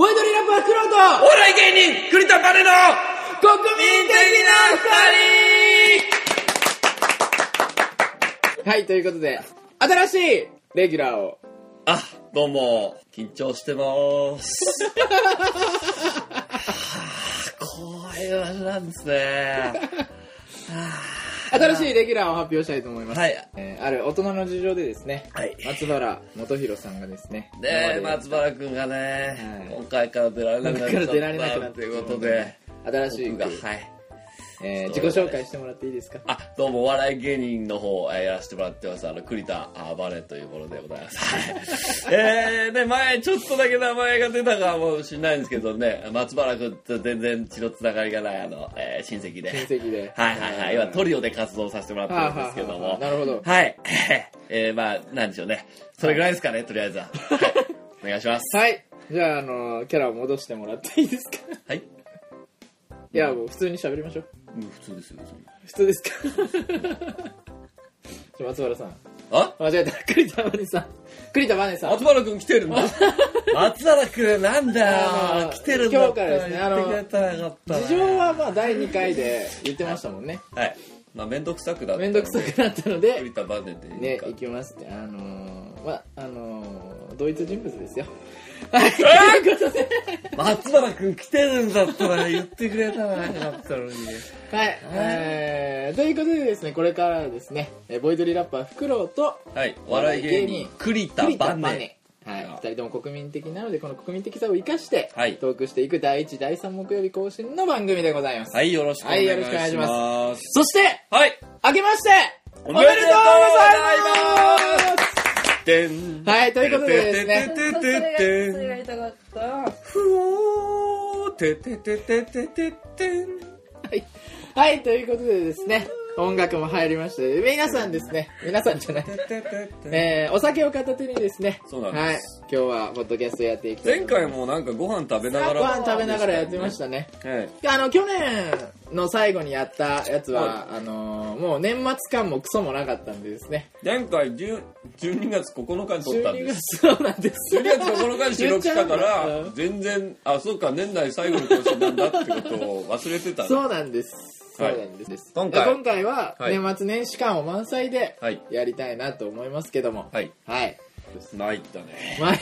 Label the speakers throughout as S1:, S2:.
S1: クロ
S2: お
S1: と
S2: 笑い芸人、栗田パネの
S1: 国民
S2: 民
S1: 的
S2: 的
S1: な二人はい、ということで、新しいレギュラーを。
S2: あ、どうも、緊張してまーす。はあ、こういう話なんですね。
S1: 新しいレギュラーを発表したいと思います。
S2: はい。
S1: えーある大人の事情でですね、
S2: はい
S1: 松原元弘さんがですね、
S2: で、
S1: 今まで
S2: 松原くんがね、
S1: はい
S2: 今回から出られなくなっ
S1: 今回から出られな
S2: ちゃ
S1: く
S2: っ
S1: な
S2: た
S1: っ
S2: と
S1: てし
S2: い
S1: ま
S2: う
S1: う
S2: ことで、
S1: 新しい
S2: 僕が、は
S1: 曲、
S2: い。
S1: えー自己紹介してもらっていいですか
S2: あ、どうも、お笑い芸人の方、えーやらせてもらってます。あの、栗田あバネというものでございます。はいえー、ね、前、ちょっとだけ名前が出たかもしれないんですけどね、松原くんと全然血のつながりがない、あの、えー親戚で。
S1: 親戚で。
S2: はいはいはい。今、トリオで活動させてもらってるんですけど
S1: はあはあはあはあ
S2: も。
S1: なるほど
S2: はい。 えー、まあ、なんでしょうね。それぐらいですかね、とりあえずは。はいお願いします。
S1: はい。じゃあ、あのーキャラを戻してもらっていいですか
S2: はい。
S1: いや、もう普通に喋りましょう。
S2: うん普通ですよ、普通に
S1: 普通ですか じゃあ松原さん。
S2: あ
S1: 間違えた。栗田真似さん。栗田真似さん。
S2: 松原くん来てるんだ。松原くん、なんだ
S1: あ
S2: よ
S1: の。
S2: 来てるんだ。
S1: 今日からですねあ
S2: 言
S1: の
S2: ってくれたらよかったね。
S1: 事情はまあ第2回で言ってましたもんね。
S2: はい。まあ、めんどくさくだった。
S1: めんどくさくなったので
S2: 栗、田バネでいい
S1: ね
S2: か。、
S1: 行きますって。あのー、まあ、あのー、同一人物ですよ。
S2: 松原くん来てるんだったら言ってくれたらよかったのに。
S1: はい。えー、ということでですね、これからはですね、えーボイドリラッパーフクロウと、
S2: はい。お笑い芸
S1: お笑い芸
S2: 人
S1: 人、
S2: 栗田バ
S1: マ
S2: ネ。。
S1: はい、
S2: ああ
S1: 2人とも国民的なのでこの国民的さを生かして、
S2: はい
S1: トークしていく第1第3木曜日更新の番組でございます、
S2: はい、よろしくお願いします。
S1: はいよろしくお願
S2: す。
S1: そして
S2: はい。
S1: 明けましてお
S2: お
S1: め
S2: め
S1: で
S2: で
S1: と
S2: と
S1: うご
S2: うご
S1: ざいます
S2: ざでん。
S1: はいということでですね
S2: て
S3: そ
S2: て
S3: れが、そ
S2: て
S3: れが
S2: てん。
S3: 痛かった。
S2: ふおー。てててててててん。
S1: はい、はい、ということでですね音楽も入りまして皆さんですね皆さんじゃない
S2: ててててん
S1: えー、お酒を片手にですね
S2: そうなんです
S1: はい、今日はポッドキャストやっていきたい
S2: 前
S1: と思い
S2: 回もなんかご飯食べながら
S1: ますご飯食べながらやってましたね
S2: たはい
S1: あの去年の最後にやったやつは、あのーもう年末感もクソもなかったんでですね
S2: 前回10 12月9日に撮ったん
S1: 12
S2: です
S1: 月 そうなんです
S2: 12月9日に収録した
S1: 言
S2: か
S1: っちゃう
S2: ら
S1: んだ
S2: 全然あそうか年内最後の更新なんだってことを忘れてた
S1: そうなんですそう
S2: はい
S1: なんです、
S2: 今回
S1: 今回は
S2: はい
S1: 年末年始感を満載で
S2: はい
S1: やりたいなと思いますけども
S2: はい
S1: はい、
S2: 参ったね
S1: まい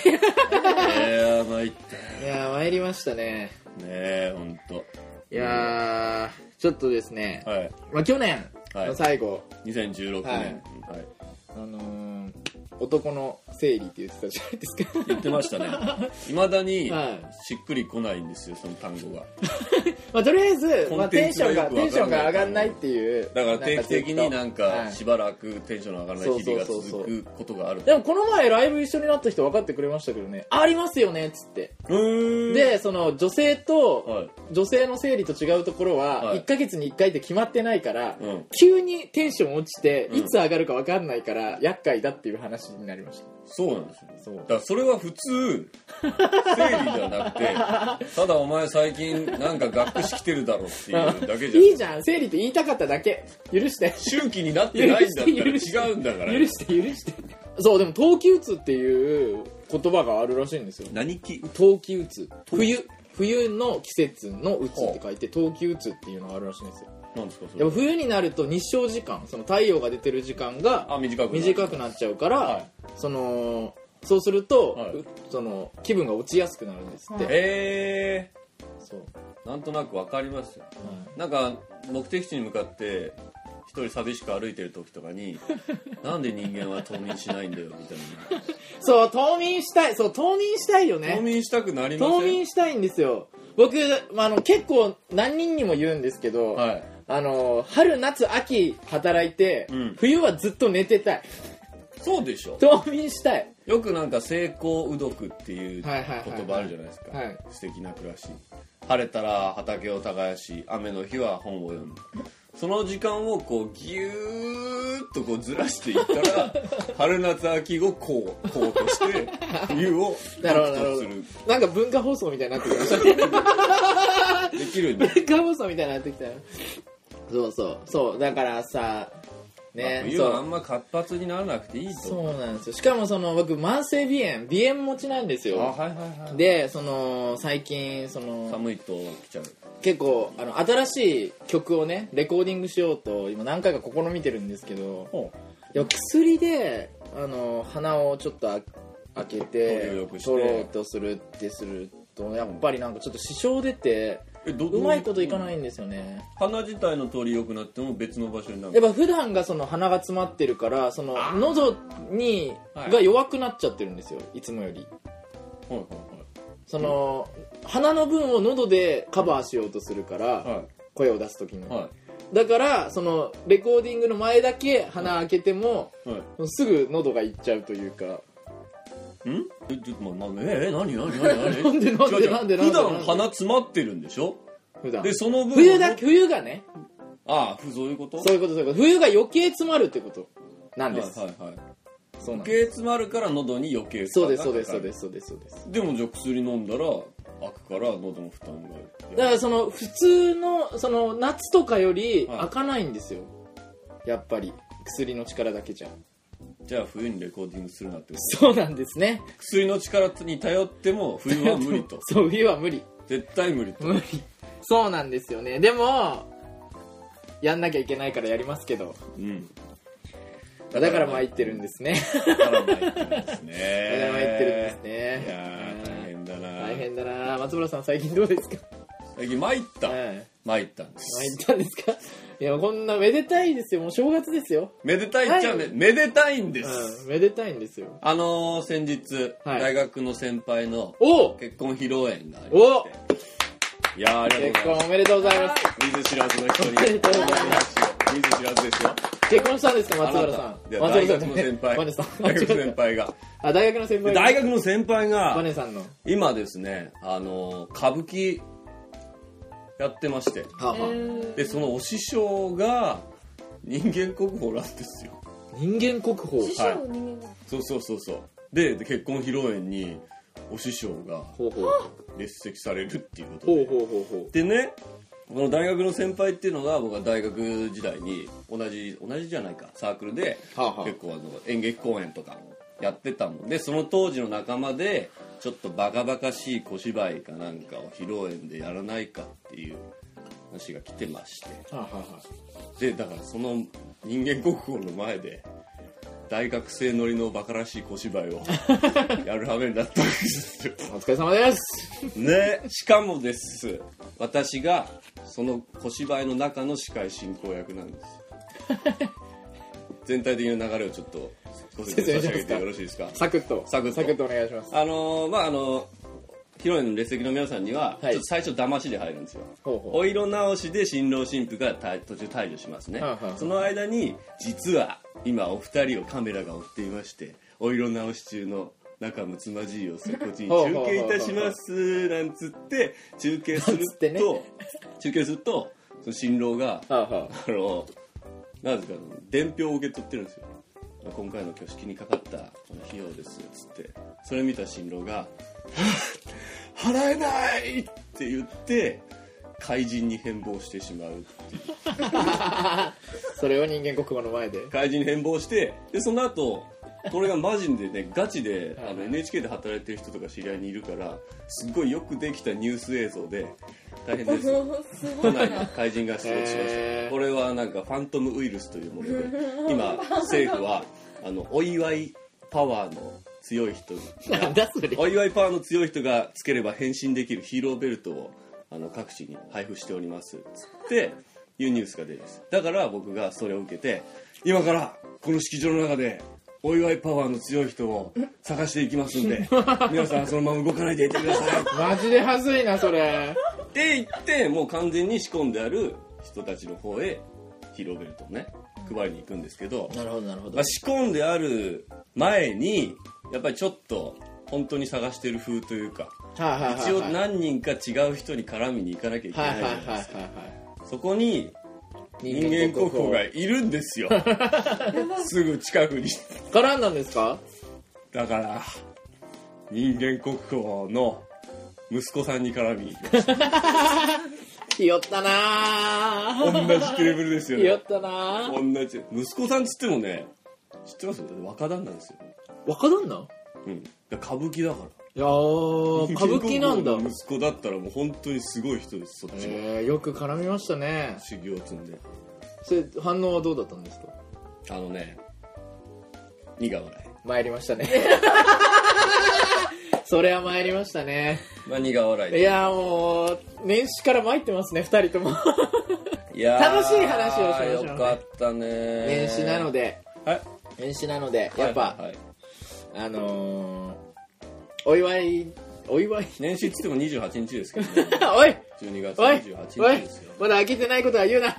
S2: えー参ったね
S1: いやー参りましたね
S2: えほんと
S1: いやーちょっとですね、
S2: はい
S1: まあ、去年の最後、
S2: 2016年、
S1: は
S2: はいい
S1: あのー男の生理って言ってたじゃないですか
S2: 言ってましたねいまだに
S1: はい
S2: しっくりこないんですよその単語が
S1: まあ、とりあえず、ま
S2: コ
S1: あ、
S2: ン
S1: テ
S2: テ
S1: ン
S2: ン
S1: シ
S2: ツ
S1: ョ
S2: が
S1: ンが、
S2: よく
S1: テ
S2: わ
S1: ンショ
S2: か
S1: ン
S2: んない
S1: が上がんないっていう。
S2: だから定期的に
S1: ずっ
S2: なん
S1: とは
S2: か
S1: い
S2: しばらくテンションの上がらない日々が続くことがある
S1: でもこの前ライブ一緒になった人分かってくれましたけどね、ありますよねっつって。
S2: うーん
S1: で、その女性と、
S2: はい
S1: 女性の生理と違うところは、
S2: はい
S1: 1ヶ月に1回って決まってないから、
S2: うん
S1: 急にテンション落ちて、
S2: うん
S1: いつ上がるか分かんないから、厄介だっていう話になりまし
S2: そうなんですよ
S1: た。そう
S2: だ。からそれは普通生理じゃなくて ただお前最近なんか学士来てるだろっていうだけじゃん
S1: いいじゃん、生理って言いたかっただけ。許 して。
S2: 周期になってないんだった
S1: 許して許して
S2: ら違うんだから
S1: 許して、許して。そう、でも、冬季うつっていう言葉があるらしいんですよ。
S2: 何期
S1: 冬季うつ
S2: 冬
S1: 冬冬の季節のうつって書いて冬季うつっていうのがあるらしいんですよ
S2: なんですかそ
S1: やっ
S2: れ
S1: ぱ冬になると日照時間その太陽が出てる時間が
S2: あ短くなる
S1: 短くなっちゃうから、
S2: はい
S1: そのそうすると、
S2: はいう
S1: その気分が落ちやすくなるんですって、
S2: へえ
S1: そう、
S2: ー、なんとなくわかりますよ
S1: は
S2: なんか目的地に向かって一人寂しく歩いてる時と かになんで人間は冬眠しないんだよみたい
S1: いそう冬眠したいそう冬眠したいよ
S2: な冬
S1: ね
S2: 眠したくなりません
S1: 冬眠したいんですよ僕、まあ、あの結構何人にも言うんですけど、
S2: はい
S1: あの春夏秋働いて、
S2: うん
S1: 冬はずっと寝てたい
S2: そうでしょ
S1: 冬眠したい
S2: よくなんか成功うどくっていう言
S1: はいはいはいはい
S2: 葉あるじゃないですか、
S1: はい
S2: 素敵な暮らし晴れたら畑を耕し雨の日は本を読むその時間をこうギューッとこうずらしていった ら春夏秋をこうこうとして冬を
S1: なるほど、なる
S2: と
S1: ほ
S2: する
S1: ど。なんか文化放送みたいになってきま した。
S2: できるんで
S1: 文化放送みたいになってきたよそうそう。そう、だからさ、ね
S2: まあ冬
S1: そう
S2: はあんま活発にならなくていいと
S1: そうなんですよしかもその僕慢性鼻炎鼻炎持ちなんです
S2: あ
S1: よ
S2: はいはいはい
S1: でその最近その
S2: 寒いと来ちゃう
S1: 結構あの新しい曲をねレコーディングしようと今何回か試みてるんですけど
S2: ほ
S1: でも薬であの鼻をちょっとあ開け
S2: 投与
S1: て
S2: よくして
S1: 取ろうとするってするとやっぱりなんかちょっと支障出て
S2: えど
S1: うまいこといかないいんですよね
S2: 鼻自体の通り良くなっても別の場所にな
S1: や
S2: る
S1: っぱ普段がその鼻が詰まってるからその
S2: あー
S1: 喉に
S2: はい
S1: が弱くなっちゃってるんですよいつもより
S2: はいは
S1: その鼻の分を喉でカバーしようとするから、
S2: いはい
S1: 声を出す時に、
S2: は
S1: だからそのレコーディングの前だけ鼻開けても、
S2: いはい
S1: すぐ喉がいっちゃうというか
S2: んえちょっとま、ま、え、え、なになになになに
S1: なんでなんで
S2: 違う違う
S1: なんでなんでな
S2: 普
S1: ん
S2: 段
S1: で
S2: 鼻詰まってるんでしょ
S1: 普段
S2: で、その分。
S1: 冬だけ冬がね
S2: ああ、ふそういうこと
S1: そういうことそういうこと冬が余計詰まるってことなんです、
S2: はいはいはい。
S1: そうなん
S2: 余
S1: です
S2: 計詰まるから喉に余計負
S1: そう
S2: 担
S1: で
S2: が
S1: すそ
S2: かか
S1: うで
S2: る
S1: すそうですそうですそうです
S2: でもじゃあ薬飲んだら、開くから喉の負担が。
S1: だからその普通のその夏とかより
S2: はい
S1: 開かないんですよ、やっぱり薬の力だけじゃ
S2: じゃあ冬にレコーディングするなってこと。
S1: そうなんですね。
S2: 薬の力に頼っても冬は無理と
S1: そう冬は無理
S2: 絶対無理と。
S1: 無理そうなんですよねでもやんなきゃいけないからやりますけど
S2: うん。
S1: だから参ってるんですね
S2: だから参ってるんですね。
S1: だから参ってるんですね
S2: いやー、大変だな
S1: 大変だな松村さん最近どうですか
S2: 最近参った。
S1: はい
S2: 参ったんです。
S1: 参ったんですかいやこんなめでたいですよもう正月ですよ、
S2: めでたいっちゃめ,、
S1: はい
S2: めでたいんです、
S1: うん、めでたいんですよ
S2: あのー、先日、
S1: はい
S2: 大学の先輩の
S1: おお
S2: 結婚披露宴がありましていやーありが
S1: 結
S2: とうご
S1: 婚
S2: ざい
S1: おめでとうございます
S2: ます見ず知らずの人に
S1: おめでとうございま
S2: 見ず知らずですよ
S1: 結婚したんですか松原
S2: あ
S1: さ
S2: なた
S1: ん
S2: いや
S1: 松
S2: 大
S1: 原さん
S2: 学の先輩
S1: マネさん
S2: 大学の先輩が
S1: あ大学の先
S2: で
S1: 輩
S2: 大学の先輩
S1: マ
S2: が
S1: ネさんのは
S2: 今ですねあのー、歌舞伎やってまして
S1: あはあ
S2: でそのお師匠が人間国宝なんですよ
S1: 人間国宝
S3: 師匠の人間が
S2: そうそうそうそうでで結婚披露宴にお師匠が
S1: ほうほう
S2: 列席されるっていうこと
S1: ほう
S2: で
S1: ほうほうほ
S2: でねこの大学の先輩っていうのが僕は大学時代に同じ同じじゃないかサークルで
S1: うはあはあ
S2: 結構あの演劇公演とかやってたもんでその当時の仲間でちょっとバカバカしい小芝居かなんかを披露宴でやらないかっていう話が来てまして
S1: はあはあはあ
S2: でだからその人間国宝の前で大学生乗りのバカらしい小芝居をやる羽目になったんですよ
S1: お疲れ様です
S2: ねしかもです私がその小芝居の中の司会進行役なんです 全体的な流れをちょっとご 説明差し上げてよろしいですか
S1: サクッと
S2: サクッと
S1: お願いします
S2: あのーまああの披露宴の列席の皆さんには、
S1: はい
S2: ちょっと最初騙しで入るんですよ
S1: ほうほう
S2: お色直しで新郎新婦がた途中退場しますね、
S1: はいはいはい
S2: その間に実は今お二人をカメラが追っていましてお色直し中の仲睦まじい様子をこっちに中継いたしますなんつって中継する
S1: なんつってね
S2: と、中継するとその新郎が
S1: はあは
S2: あの、なんですか、あの伝票を受け取ってるんですよ。今回の挙式にかかったこの費用ですよ、つって。それ見た新郎が、 はぁ払えないって言って、怪人に変貌してしまう。
S1: あそれを人間国宝の前で
S2: 怪人に変貌して、で、その後、これがマジでね、 ガチで、
S1: はい
S2: あの、NHK で働いてる人とか知り合いにいるから、すごいよくできたニュース映像で、大変ですよ。
S3: すご
S2: 都
S3: いな
S2: 内に怪人が出没しまし
S1: へ
S2: た
S1: ー
S2: これはなんかファントムウイルスというもので今政府はあのお祝いパワーの強い人
S1: な
S2: が
S1: んだそれ
S2: お祝いパワーの強い人がつければ変身できるヒーローベルトをあの各地に配布しておりますつっていうニュースが出るんですだから僕がそれを受けて今からこの式場の中でお祝いパワーの強い人を探していきますん で皆さんそのまま動かないでいてください
S1: マジではずいなそれ
S2: って言ってもう完全に仕込んである人たちの方へ広げるとね配りに行くんですけど、
S1: なるほどなるほど
S2: まあ、仕込んである前にやっぱりちょっと本当に探してる風というか
S1: はいはいはい
S2: 一応
S1: はい
S2: 何人か違う人に絡みに行かなきゃいけ
S1: はい
S2: ない
S1: はい
S2: じゃ
S1: は
S2: ないいですか、
S1: はい
S2: そこに人間国宝がいるんですよすぐ近くに
S1: 絡んだんですか
S2: だから人間国宝の息子さんに絡みに行きました
S1: ひよったな
S2: 同
S1: ー
S2: じテーブルですよ
S1: ひよ
S2: ね
S1: ったなー
S2: 同じ息子さんつってもね知ってますだって若旦那ですよ、
S1: 若旦那
S2: うん、だから歌舞伎だから
S1: いやー歌舞伎なんだ
S2: 主人公の息子だったらもう本当にすごい人ですそっちも
S1: えー、よく絡みましたね
S2: 修行を積んで
S1: それ反応はどうだったんですか
S2: あのね苦笑
S1: 参りました ねそれは参りましたね
S2: い、まあ、苦笑い
S1: い
S2: で
S1: やーもう年始から参ってますね二人とも
S2: いやー
S1: 楽しい話をしましょうね
S2: よかったね
S1: 年始なので
S2: はい
S1: 年始なのでやっぱ、
S2: はいはいはい
S1: あのー、お祝いお祝い
S2: 年始っつっても28日ですけど ね
S1: おい
S2: 12月
S1: おいお
S2: 28日
S1: い
S2: ですよ
S1: まだ開けてないことは言う な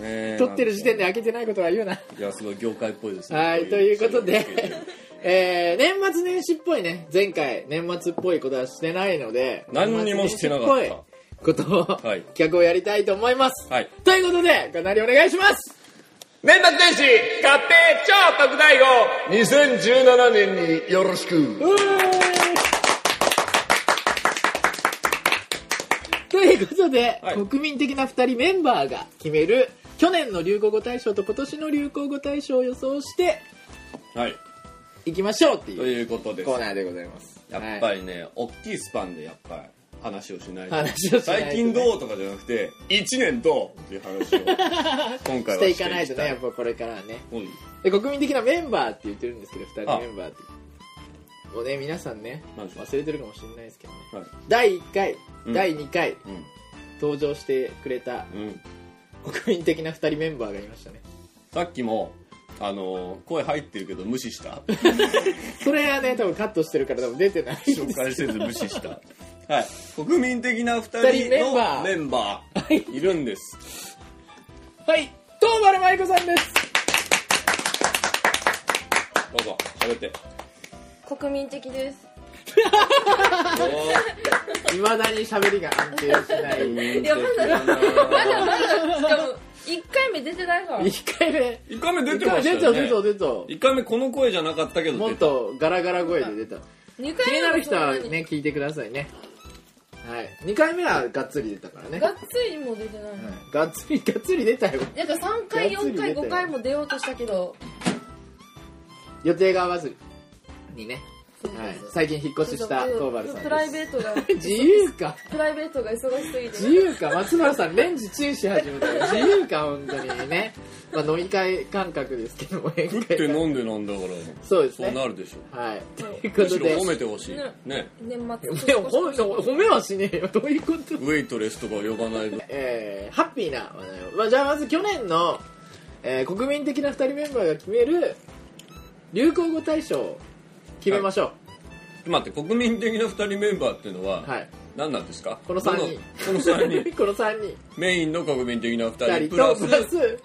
S2: ね
S1: 撮ってる時点で開けてないことは言うない
S2: やすごい業界っぽいですね
S1: はい、ということで
S2: そういうのをつけて、
S1: えー、年末年始っぽいね、前回、年末っぽいことはしてないので、
S2: 何にもしてなかった
S1: 年末年始ぽいことを、
S2: はい
S1: 企画をやりたいと思います。
S2: はい
S1: ということで、かなりお願いします
S3: 年末年始合併超特大号2017年によろしく
S1: うーいということで、
S2: はい
S1: 国民的な2人メンバーが決める去年の流行語大賞と今年の流行語大賞を予想して
S2: はい
S1: いきましょうって
S2: と
S1: いう
S2: いうことです
S1: コーナーでございます。
S2: やっ
S1: は
S2: ぱ
S1: い
S2: りね、大きいスパンでやっぱり話をしないと
S1: 話をしないとね
S2: 最近どうとかじゃなくて1年どうっていう 話を今回
S1: し
S2: は
S1: ていかないと
S2: してきた
S1: ね、やっぱこれからはね。
S2: うん
S1: で国民的なメンバーって言ってるんですけど2人
S2: あ
S1: メンバーってもうね皆さんね
S2: 何でしょう
S1: 忘れてるかもしれないですけどね
S2: はい
S1: 第1回、
S2: うん
S1: 第2回
S2: う
S1: 登場してくれた
S2: んうん、
S1: 国民的な2人メンバーがいましたね
S2: さっきもあのー声入ってるけど無視した
S1: それはね多分カットしてるから多分出てないんです
S2: 紹介せず無視したはい国民的な2人
S1: 二人メンバ
S2: の
S1: ー
S2: メンバ
S1: はい
S2: ーいるんです
S1: はい東原舞子さんです
S2: どうぞ 喋って
S4: 国民的です。
S1: いまだに喋りが安定しない
S4: いや、まだ、まだ、まだ、しかも、一回目出てないから。
S1: 1回目
S2: 1回目出
S1: 1
S2: て
S1: 回目出
S2: ました
S1: た
S2: よ
S1: 出た
S2: ね
S1: 出た
S2: 1回目この声じゃなかったけど
S1: もっ
S2: 出た
S1: とガラガラ声で出た
S4: 二
S1: 気
S4: 回
S1: に
S4: 目
S1: な
S4: の
S1: る人はね聞いてくださいねはい2回目はがっつり出たからね
S4: がっつりも出てない。
S1: うんがっつりがっつり出たよ
S4: なんか三回、
S1: がっつり出
S4: 四
S1: て
S4: 回、
S1: る
S4: 五回も出ようとしたけど、
S1: 予定が合わずにね、はい、最近引っ越しした
S4: ちょっと
S1: 東原さんです
S4: プライベート が、
S1: 自由か
S4: プライベートが忙しすぎて。
S1: 自由か松村さんレンジチンし始めたよ自由か本当にね、まあ、飲み会感覚ですけども宴
S2: 食っ
S1: 会
S2: て
S1: 感
S2: 飲んでなんだから
S1: そうです
S2: そう
S1: ね
S2: な るでしょ
S1: はいというこ
S2: むし
S1: と
S2: ろ
S1: で
S2: 褒めてほしい
S4: ね
S2: ね
S4: 年末。
S1: でも褒め褒めはしねえよどういうこと
S2: ウェイトレスとか呼ばないで
S1: えーハッピーな話題を、まあ、じゃあまず去年の、えー国民的な2人メンバーが決める流行語大賞を決めましょ
S2: 待って国民的な2人メンバーっていうのは、
S1: う、はい、
S2: 何なんですか
S1: この3人
S2: この3 人
S1: この3人
S2: メインの国民的な2
S1: 2
S2: 人
S1: 人
S2: プラ
S1: と
S2: ス
S1: プラス東原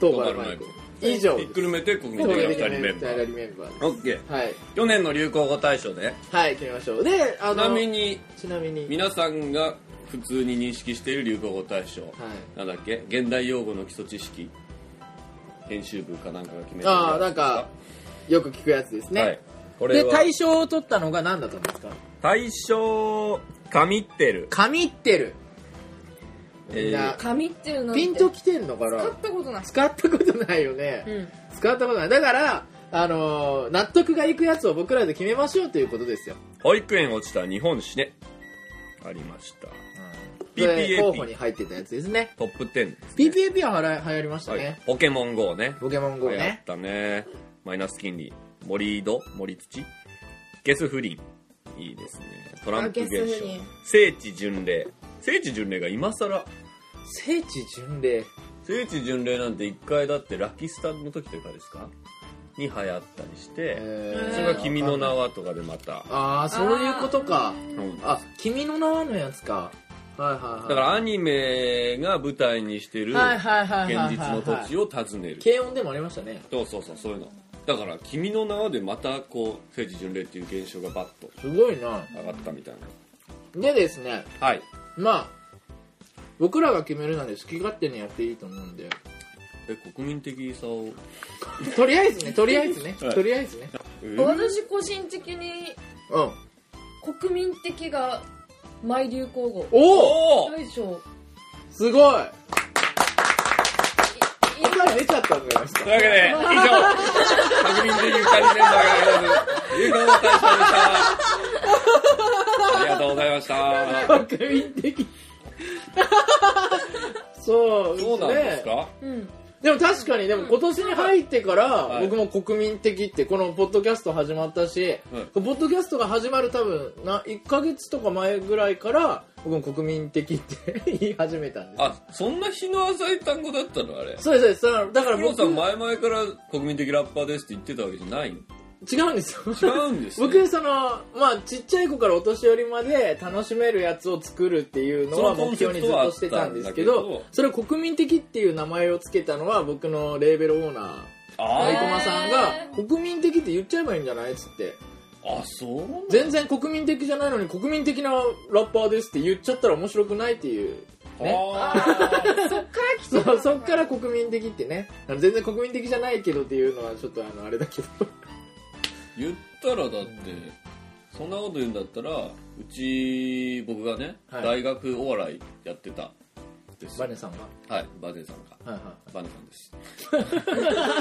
S2: 東原
S1: 舞
S2: 舞子
S1: 子以上
S2: ひっくるめて国民
S1: 東
S2: 的な
S1: 原
S2: 2
S1: 舞子
S2: 人メンバー
S1: メンバーです
S2: オッケー
S1: はい
S2: 去年の流行語大賞ね
S1: はい決めましょうであ
S2: ち
S1: の
S2: なみに
S1: ちなみに
S2: 皆さんが普通に認識している流行語大賞、なんだっけ現代用語の基礎知識編集部かなんかが決めてるやつ
S1: ああなんかよく聞くやつですね、
S2: はい、これ
S1: で
S2: は
S1: 大賞を取ったのが何だったんですか
S2: 大賞神ってる
S1: 神ってるみんな
S2: え
S4: 紙っていうの。
S1: ピンときてんのかな
S4: 使ったことない。
S1: 使ったことないよね、
S4: うん。
S1: 使ったことないだからあのー納得がいくやつを僕らで決めましょうということですよ、
S2: 保育園落ちた日本史ねありました
S1: それ
S2: PPAP
S1: 候補に入ってたやつですね
S2: トップ10ですね
S1: PPAP ははら流行りました
S2: は
S1: ね、
S2: い、ポケモン GO ね
S1: ポケモン GO
S2: 流行っ
S1: ね
S2: たねマイナス金利森戸森土ゲス不倫いいですねトランプ現
S4: あゲス
S2: 象
S4: 不倫
S2: 聖地巡礼聖地巡礼が今更
S1: 聖地巡礼
S2: 聖地巡礼なんて一回だってラキスタの時というかですかに流行ったりして、それが「君の名
S1: は
S2: は」とかでまた、
S1: ああそういうことか
S2: うん
S1: あ君の名はのやつかはいはいはい
S2: だからアニメが舞台にしてる
S1: はいはいはいはい
S2: 現
S1: はい
S2: 実の土地を訪ねる
S1: 軽音でもありましたね
S2: そうそうそうそういうのだから「君の名は」でまたこう聖地巡礼っていう現象がバッと
S1: すごいな
S2: 上がったみたいな
S1: でですね
S2: はい
S1: まあ僕らが決めるなんで好き勝手にやっていいと思うんで
S2: え国民的さを
S1: とりあえずねとりあえずね、
S2: はい
S1: とりあえずね
S4: 私個人的に、
S1: うん
S4: 国民的が、マイ流行語。
S1: おお
S2: おお
S4: 大賞。
S1: すごい
S4: いいる
S1: 答え出ちゃったんだよ、
S2: というわけで、以上、確認的2人メンバーが選ぶ、流行語大賞でした。ありがとうございました。
S1: 国民的。 そう、
S2: そうなんです
S1: ね
S2: か
S4: うん
S1: でも確かに、でも今年に入ってから、
S2: い
S1: 僕も国民的って、このポッドキャスト始まったし、
S2: うん
S1: ポッドキャストが始まる多分な、1ヶ月とか前ぐらいから、僕も国民的って言い始めたんです。
S2: あ、そんな日の浅い単語だったのあれ。
S1: そうです、そうです。だから
S2: 黒
S1: 僕、
S2: さん前々から国民的ラッパーですって言ってたわけじゃないの
S1: 違うんですよ。
S2: 違うんですね
S1: 僕そのまあちっちゃい子からお年寄りまで楽しめるやつを作るっていうのは
S2: そのコ
S1: 目
S2: ンセ
S1: 標に
S2: プト
S1: ずっ
S2: は
S1: としてたんですけ
S2: あったんだけ
S1: ど
S2: ど
S1: それを国民的っていう名前を付けたのは僕のレーベルオーナー
S2: あ
S1: 大
S4: ー
S1: 駒さん
S4: へ
S1: が「国民的って言っちゃえばいいんじゃない?」っつって
S2: あ、そうなんだ
S1: 全然国民的じゃないのに国民的なラッパーですって言っちゃったら面白くないっていうね
S2: あ
S4: そっから来て
S1: そう そっから国民的ってねあの全然国民的じゃないけどっていうのはちょっとあのあれだけど
S2: ー言ったらだって、そんなこと言うんだったら、うち、僕がね、
S1: はい
S2: 大学お笑いやってた。です
S1: バネさんは
S2: はい、バネさんが。
S1: はいはい
S2: バネさん です。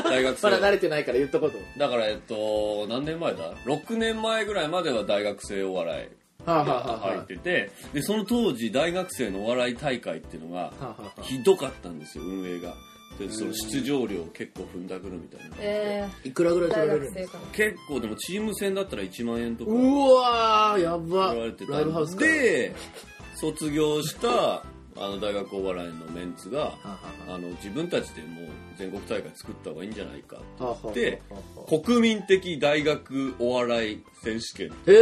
S2: 大学生
S1: ま。だ慣れてないから言っとこうと思って
S2: だから、えっと、何年前だ ?6 年前ぐらいまでは大学生お笑い
S1: はあはあはあ
S2: 入
S1: は
S2: ってて、で、その当時、大学生のお笑い大会っていうのが
S1: あ、はあはあ
S2: ひどかったんですよ、運営が。で、その出場料を結構踏んだくるみたいな。
S4: え
S1: いくらぐら
S4: ー
S1: い取
S4: 大
S1: られ
S4: 学
S1: るんで
S4: 生
S1: すか
S4: か
S2: 結構でもチーム戦だったら1万円とか
S1: うわーやば
S2: 取られてたんで
S1: ライブハウスから
S2: で卒業したあの大学お笑いのメンツが
S1: は
S2: あの自分たちでもう全国大会作った方がいいんじゃないか
S1: あはあはあはあはあ
S2: で国民的大学お笑い選手権
S1: へ
S2: だ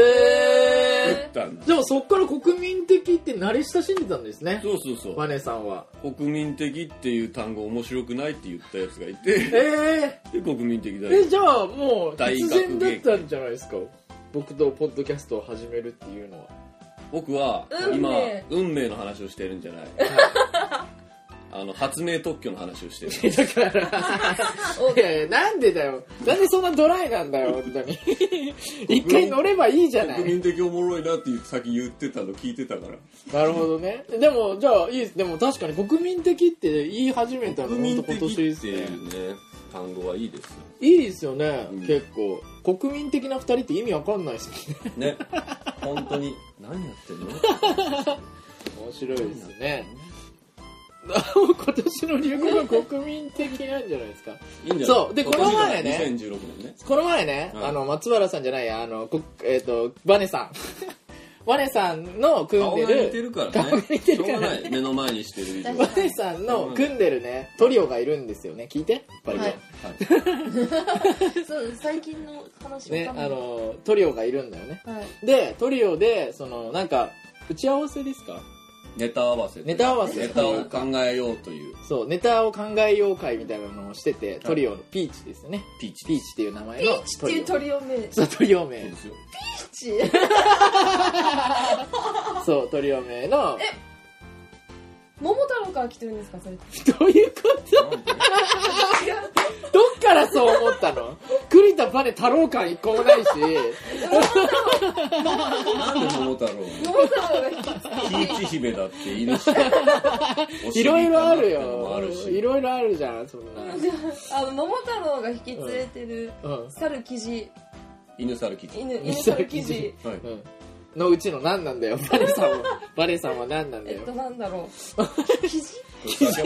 S1: え
S2: ったんだ
S1: でもそっから国民的って慣れ親しんでたんですね
S2: そうそうそ
S1: マネさんは
S2: う国民的っていう単語面白くないって言ったやつがいて
S1: え
S2: で国民的大
S1: ー、え
S2: 学
S1: じゃあもう
S2: 大
S1: 必
S2: 学
S1: 然だったんじゃないですか僕とポッドキャストを始めるっていうのは
S2: 僕は
S4: 運
S2: 今
S4: 命
S2: 運命の話をしてるんじゃないあの発明特許の話をしてる
S4: お
S1: いやいやなんでだよなんでそんなドライなんだよ本当に一回乗ればいいじゃない
S2: 国民的おもろいなってさっき言ってたの聞いてたから
S1: なるほどね。でも、じゃあ、いいです。でも確かに国民的って言い始めたの、本当今年ですね。
S2: ね単語はいいです
S1: いいですよね、
S2: うん
S1: 結構。国民的な二人って意味わかんないですね。
S2: よ ね本当に何やってんの
S1: 面白いですね。 今年の流行語は国民的なんじゃないですか。
S2: いいんじゃない
S1: そうでこの前ね
S2: 2016年ね
S1: この前ね、
S2: はい
S1: あの、松原さんじゃないや、あの、こえっ、と、バネさん。 バネさんの組ん
S2: 顔
S1: で
S2: が似て
S1: る、
S2: るから
S1: 顔が
S2: ね
S1: 似て
S2: しょ
S1: る
S2: う
S1: から
S2: がない目の前にして る以上
S1: バネさんの組んでるね、トリオがいるんですよね。聞いて、やっぱりね。
S4: はい
S2: はい
S4: そう最近の話
S1: ね、
S4: わかんな
S1: あ
S4: い
S1: の、トリオがいるんだよね。
S4: はい
S1: でトリオでそのなんか打ち合わせですか
S2: ネタ合わせ
S1: ネタ合わせ
S2: ネタを考えようという
S1: そうネタを考えよう会みたいなのをしててトリオのピーチですよね
S2: ピーチ
S1: ピーチっていう名前
S4: ピ
S1: の
S4: ーチっていう
S1: トリ
S4: 鳥を目 ピ
S1: オそうトリオ
S2: そう
S1: 名
S2: ですよ
S4: ーチ
S1: そうトリオ名の
S4: 桃太郎から来てるんですかそれ
S1: どういうこと
S2: なんで
S1: どっからそう思ったの栗田バネ太郎感一個もないし
S2: なんで桃太郎
S4: 桃太郎が来て
S2: ピーチ姫だっているしお
S1: い
S2: 尻か
S1: ろ
S2: ない
S1: ろある
S2: ってのもあ
S1: よ
S2: るし
S1: いろいろあるじゃんそんな
S4: あの桃太郎が引き連れてる
S1: うん
S4: 猿キジ
S2: 犬猿キジ
S4: 犬犬
S1: 猿
S4: 猿
S1: キ
S4: キ
S1: ジ
S4: ジ
S2: はい
S1: うんのうちの何なんだよバネさん はバネさんは何なんだ
S4: えっ
S1: よ
S4: となんだろうキジ
S2: 酒回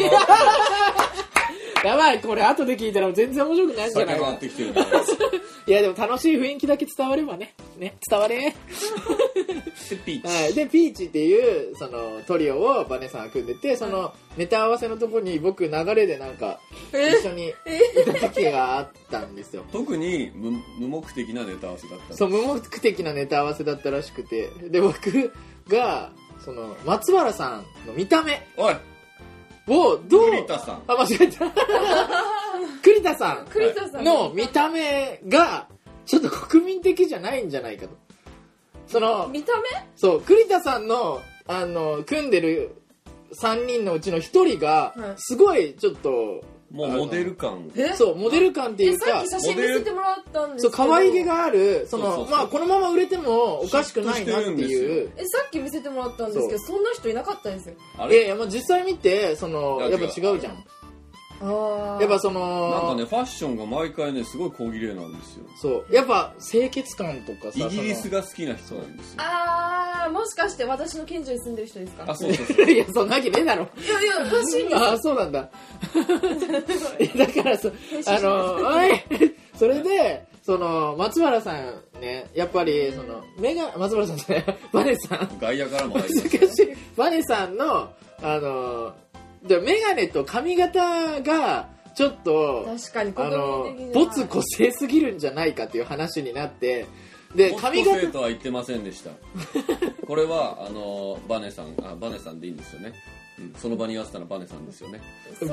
S1: やばいこれ後で聞いたら全然面白くないんじゃないか
S2: ってきてるじゃない
S1: いやでも楽しい雰囲気だけ伝わればね。ね、伝われ。
S2: でピー チ、
S1: はい。で、ピーチっていう、その、トリオをバネさんが組んでて、その、ネタ合わせのとこに僕流れでなんか、一緒にいた時があったんですよ。
S2: 特に無無目的なネタ合わせだった
S1: そう、無目的なネタ合わせだったらしくて。で、僕が、その、松原さんの見た目
S2: おい
S1: をどう、
S2: 栗田さん
S1: あ、間違 えた。栗田さ
S4: 栗田さ
S1: ん
S4: ん
S1: の見た目が、ちょっと国民的じゃないんじゃないかと。その、
S4: 見た
S1: そう、栗田さんの、あの、組んでる3人のうちの1人が
S4: は、い
S1: すごいちょっと、
S2: もうモデル感
S4: え
S1: そうモデル感ってい
S4: え
S1: う
S4: さっ
S1: か
S4: き写真見せてもらったんです
S1: そう
S4: けど
S1: 可愛げがあるその
S2: そうそうそう
S1: まあこのまま売れてもおかしくないなって
S2: 嫉妬してる
S1: い
S2: ん
S1: う
S4: えさっき見せてもらったんですけどそんな人いなかったんですよ
S1: い
S2: あ
S1: や
S2: れ
S1: いやまあ実際見てその
S2: いや
S1: やっぱ違うじゃん
S4: ああ
S1: やっぱそ
S2: なんか
S1: の
S2: ねファッションが毎回ねすごい小綺麗なんですよ
S1: そうやっぱ清潔感とかさ
S2: イギリス
S1: が
S2: が好きな人なんですよ
S4: あーもしかして私の近所に住んでる人ですか
S2: あそうそうそ う
S1: いやそんなわけねえだろ
S4: いやいや私に
S1: ああそうなんだいやだからさあのおい それでその松原さんねやっぱりそのメガ松原さんじゃない バネさん
S2: 外野からも入り ますよ
S1: 難しいバネさんのあのでメガネと髪型がちょっと
S4: 確かに
S1: あ
S4: 国
S1: の
S4: 民的じゃない
S1: 没個性すぎるんじゃないかっていう話になってで
S2: もっと
S1: 髪
S2: 生
S1: 型
S2: とは言ってませんでしたこれはあのバネさんあバネさんでいいんですよね、うん、その場にいわせたらバネさんですよね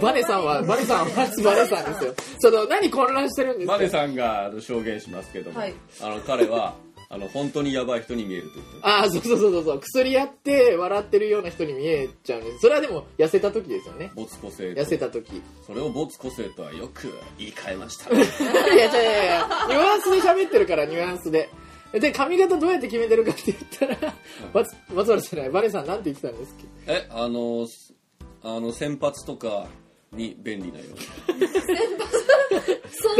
S1: バネさんはバネさんはバネさんですよその何混乱してるんですか
S2: マネさんがあの証言しますけども、
S4: はい
S2: あの彼はあの本当にヤバい人に見えると言ってま
S1: ああそうそうそうそうそう薬やって笑ってるような人に見えちゃうんですそれはでも痩せた時ですよね
S2: す没個性と
S1: 痩せた時
S2: それを没個性とはよく言い換えました
S1: いやいやいやいやニュアンスで喋ってるからニュアンスでで髪型どうやって決めてるかって言ったら松松原じゃないバネさんなんて言ってたんですっけ
S2: えあのすあの先発とかに便利なよ
S1: だか
S2: う
S4: そういう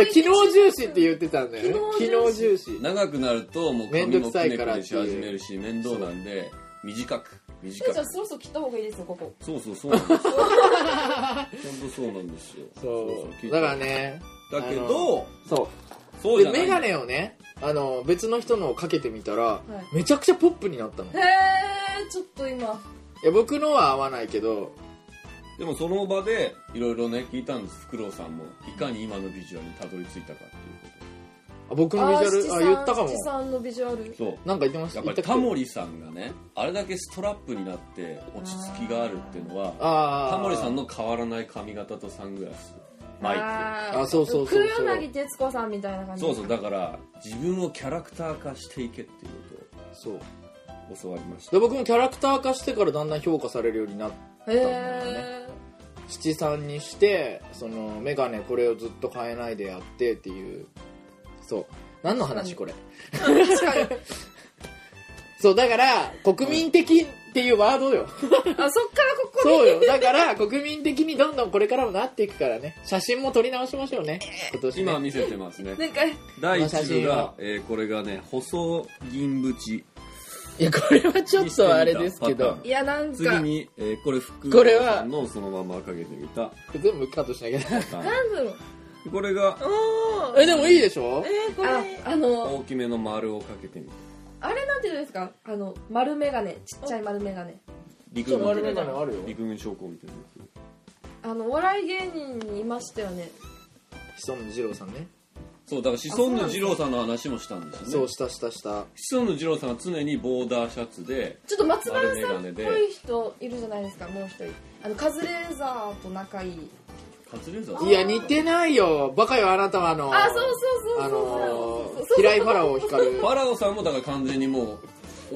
S1: ら機能重視って言ってたんだよね
S4: 機
S1: 機
S4: 能
S1: 能
S4: 重
S1: 重視
S2: に長くなるともう髪
S1: 面倒
S2: も
S1: く
S2: く
S1: さい
S2: ねく
S1: からってい
S2: ね
S1: う
S2: し始めるし面倒なんで短く短
S4: えじゃあ
S2: く
S4: そろそろ切った方がいいですよここ
S2: そうそうそうなんですよ本当そうなんですよ
S1: そうだからね
S2: だけ
S1: あ
S2: ど
S1: のそ
S2: そう
S1: うで
S2: じゃない
S1: メガネをねあの別の人のをかけてみたら、
S4: い
S1: めちゃくちゃポップになったのい
S4: へえちょっと今
S1: や僕のは合わないけど
S2: でもその場でいろいろね聞いたんですフクロウさんもいかに今のビジュアルにたどり着いたかっていうこ
S1: あ僕のビジュアルあ言
S4: ー
S1: ったかも
S4: 七三のビジュアル
S2: とそう
S1: なんか言ってました
S2: やっぱ
S1: 言
S2: り
S1: た
S2: タ
S1: っけ
S2: モリさんがねあれだけストラップになって落ち着きがあるっていうのは
S1: あー
S2: タモリさんの変わらない髪型とサングラスマイク
S4: あー
S1: あそうそうそうそう
S4: 黒柳徹子さんみたいな感じ
S2: そうそうだから自分をキャラクター化していけっていう
S1: そう
S2: ことを教わりました
S1: で僕もキャラクター化してからだんだん評価されるようになって
S4: へえ
S1: 七三にしてそのメガネこれをずっと変えないでやってっていうそう何の話これ そうだから国民的っていうワードよ
S4: あそっからここ
S1: そうよだから国民的にどんどんこれからもなっていくからね写真も撮り直しましょうね今年ね
S2: 今見せてますね
S4: なんか
S2: 第1部が
S1: この写真を、
S2: えーこれがね細銀縁
S1: いやこれはちょっとあれですけど
S2: 見せてみたパターン
S4: いやなん
S2: 次
S4: か
S2: に、えーこれ福
S1: これ
S2: 岡
S1: は
S2: さんのそのままかけてみ た
S1: 全部カットしなきゃ
S2: パター
S4: なんだろう
S2: ンこれが
S4: おー
S1: えでもいいでしょ
S4: えこれああの
S2: 大きめの丸をかけてみた
S4: あれなんていうんですかあの丸眼鏡ちっちゃい丸眼鏡
S2: 陸
S1: ちょ
S2: 軍
S1: 丸眼鏡あるよ
S2: 陸軍将校みたいなやつ
S4: あのお笑い芸人にいましたよね
S1: 久野二郎さんね
S2: そうだからシソンヌ二郎さんの話もしたんですよね
S1: そうしたしたした
S2: シソンヌ二郎さんは常にボーダーシャツで
S4: ちょっと松原
S2: 丸眼
S4: さんっ
S2: 鏡
S4: ぽ
S2: で
S4: い人いるじゃないですかもう一人あのカズレーザーと仲いい
S2: カズレーザー
S1: いや似てないよバカよあなたはあの
S4: あそうそうそうそう
S1: あの
S4: そうそうそう
S1: 平井ファラオ光る
S2: ファラオさんもだから完全にもう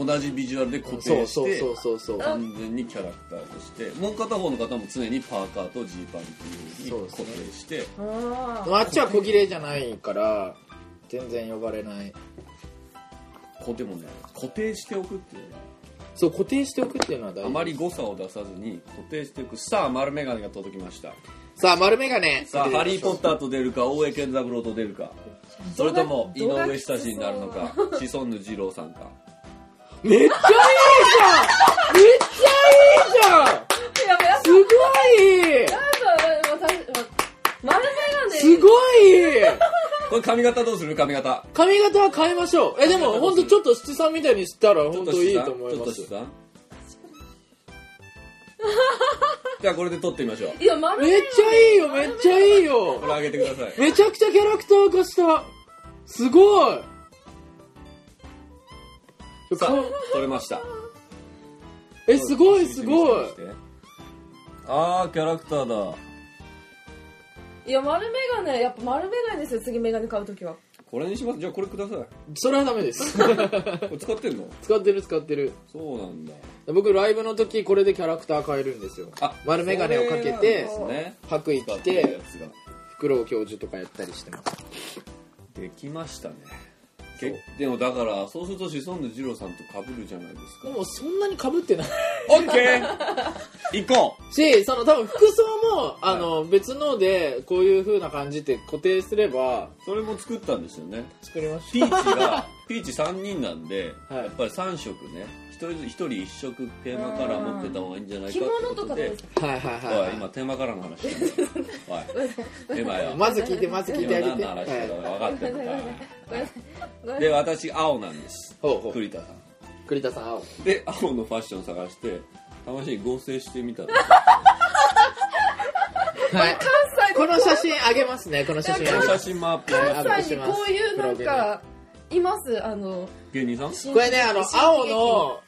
S2: 同じビジュアルで固
S1: そう
S2: 定し
S1: そう
S2: て
S1: そうそうそう
S2: 完全にキャラクターとしてもう片方の方も常にパーカーとジーパンっていうふうに固定して、
S4: あー
S1: あっちは小切れじゃないから全然呼ばれない
S2: こうでもね固定しておくっていうのは
S1: そう固定しておくっていうのは大事
S2: あまり誤差を出さずに固定していくさあ丸眼鏡が届きました
S1: さあ丸眼鏡
S2: さあ「ハリー・ポッタ
S1: ー
S2: ー」と出るか大江健三郎と出るかそれとも井上久志になるのかシソンヌ二郎さんか
S1: めっちゃいいじゃんめっちゃいいじゃん
S4: やばいやばい
S1: すご
S4: やばいやばいやばい丸眼鏡
S1: いすごい
S2: これ髪型どうする髪型
S1: 髪型は変えましょうえでも本当ちょっと七三みたいにしたら本当いいと思いま
S2: ちょっ
S1: す
S2: としたじゃあこれで撮ってみましょう
S4: いや丸眼
S1: めっちゃいいよめっちゃいいよ
S2: これ上げてください
S1: めちゃくちゃキャラクター化したすごい
S2: さ
S1: か
S2: あ撮れました
S1: えすごいすごい
S2: 見せて見せてあーキャラクターだ
S4: いや丸眼鏡やっぱ丸眼鏡ですよ次眼鏡買うときは
S2: これにしますじゃあこれください
S1: それはダメです
S2: これ使ってんの
S1: 使ってる使ってる
S2: そうなんだ
S1: 僕ライブの時これでキャラクター変えるんですよ
S2: あ
S1: 丸眼鏡をかけて
S2: そうなんですね
S1: 白衣
S2: 使
S1: 着
S2: ってるや
S1: て
S2: つが
S1: フクロウ教授とかやったりしてます
S2: できましたねけでもだからそうするとシソンヌ二郎さんとかぶるじゃないですか
S1: でもそんなに被ってない
S2: オッケー行こう
S1: しその多分服装もあの、別のでこういう風な感じって固定すれば
S2: それも作ったんですよね
S1: 作りまし
S2: ピーチがピーチ3人なんで、
S1: はい
S2: やっぱり3色ね一人ず一人一色テーマカラー持ってた方がいいんじゃないか
S4: 着物とかどう
S2: で
S4: ですか
S1: たはいはいはい、
S2: おい今テーマカラーの話してるおい 今よ
S1: まず聞いてまず聞いて
S2: 今
S1: あげて
S2: 何の話してる
S1: はい
S2: か分かってるか
S4: ごめんなさいごめんな
S2: で
S4: さい
S2: 私青なんです
S1: ほうほう
S2: 栗田さん
S1: 栗田さん青
S2: で青のファッション探して魂に合成してみたの
S1: はいこの写真あげますねこの写真あげま
S2: 写
S1: す
S2: 真もアップ
S1: 関
S2: し
S1: 西
S2: ます
S4: 関西にこういうなんかいますあの
S2: 芸人さん
S1: これねあの青の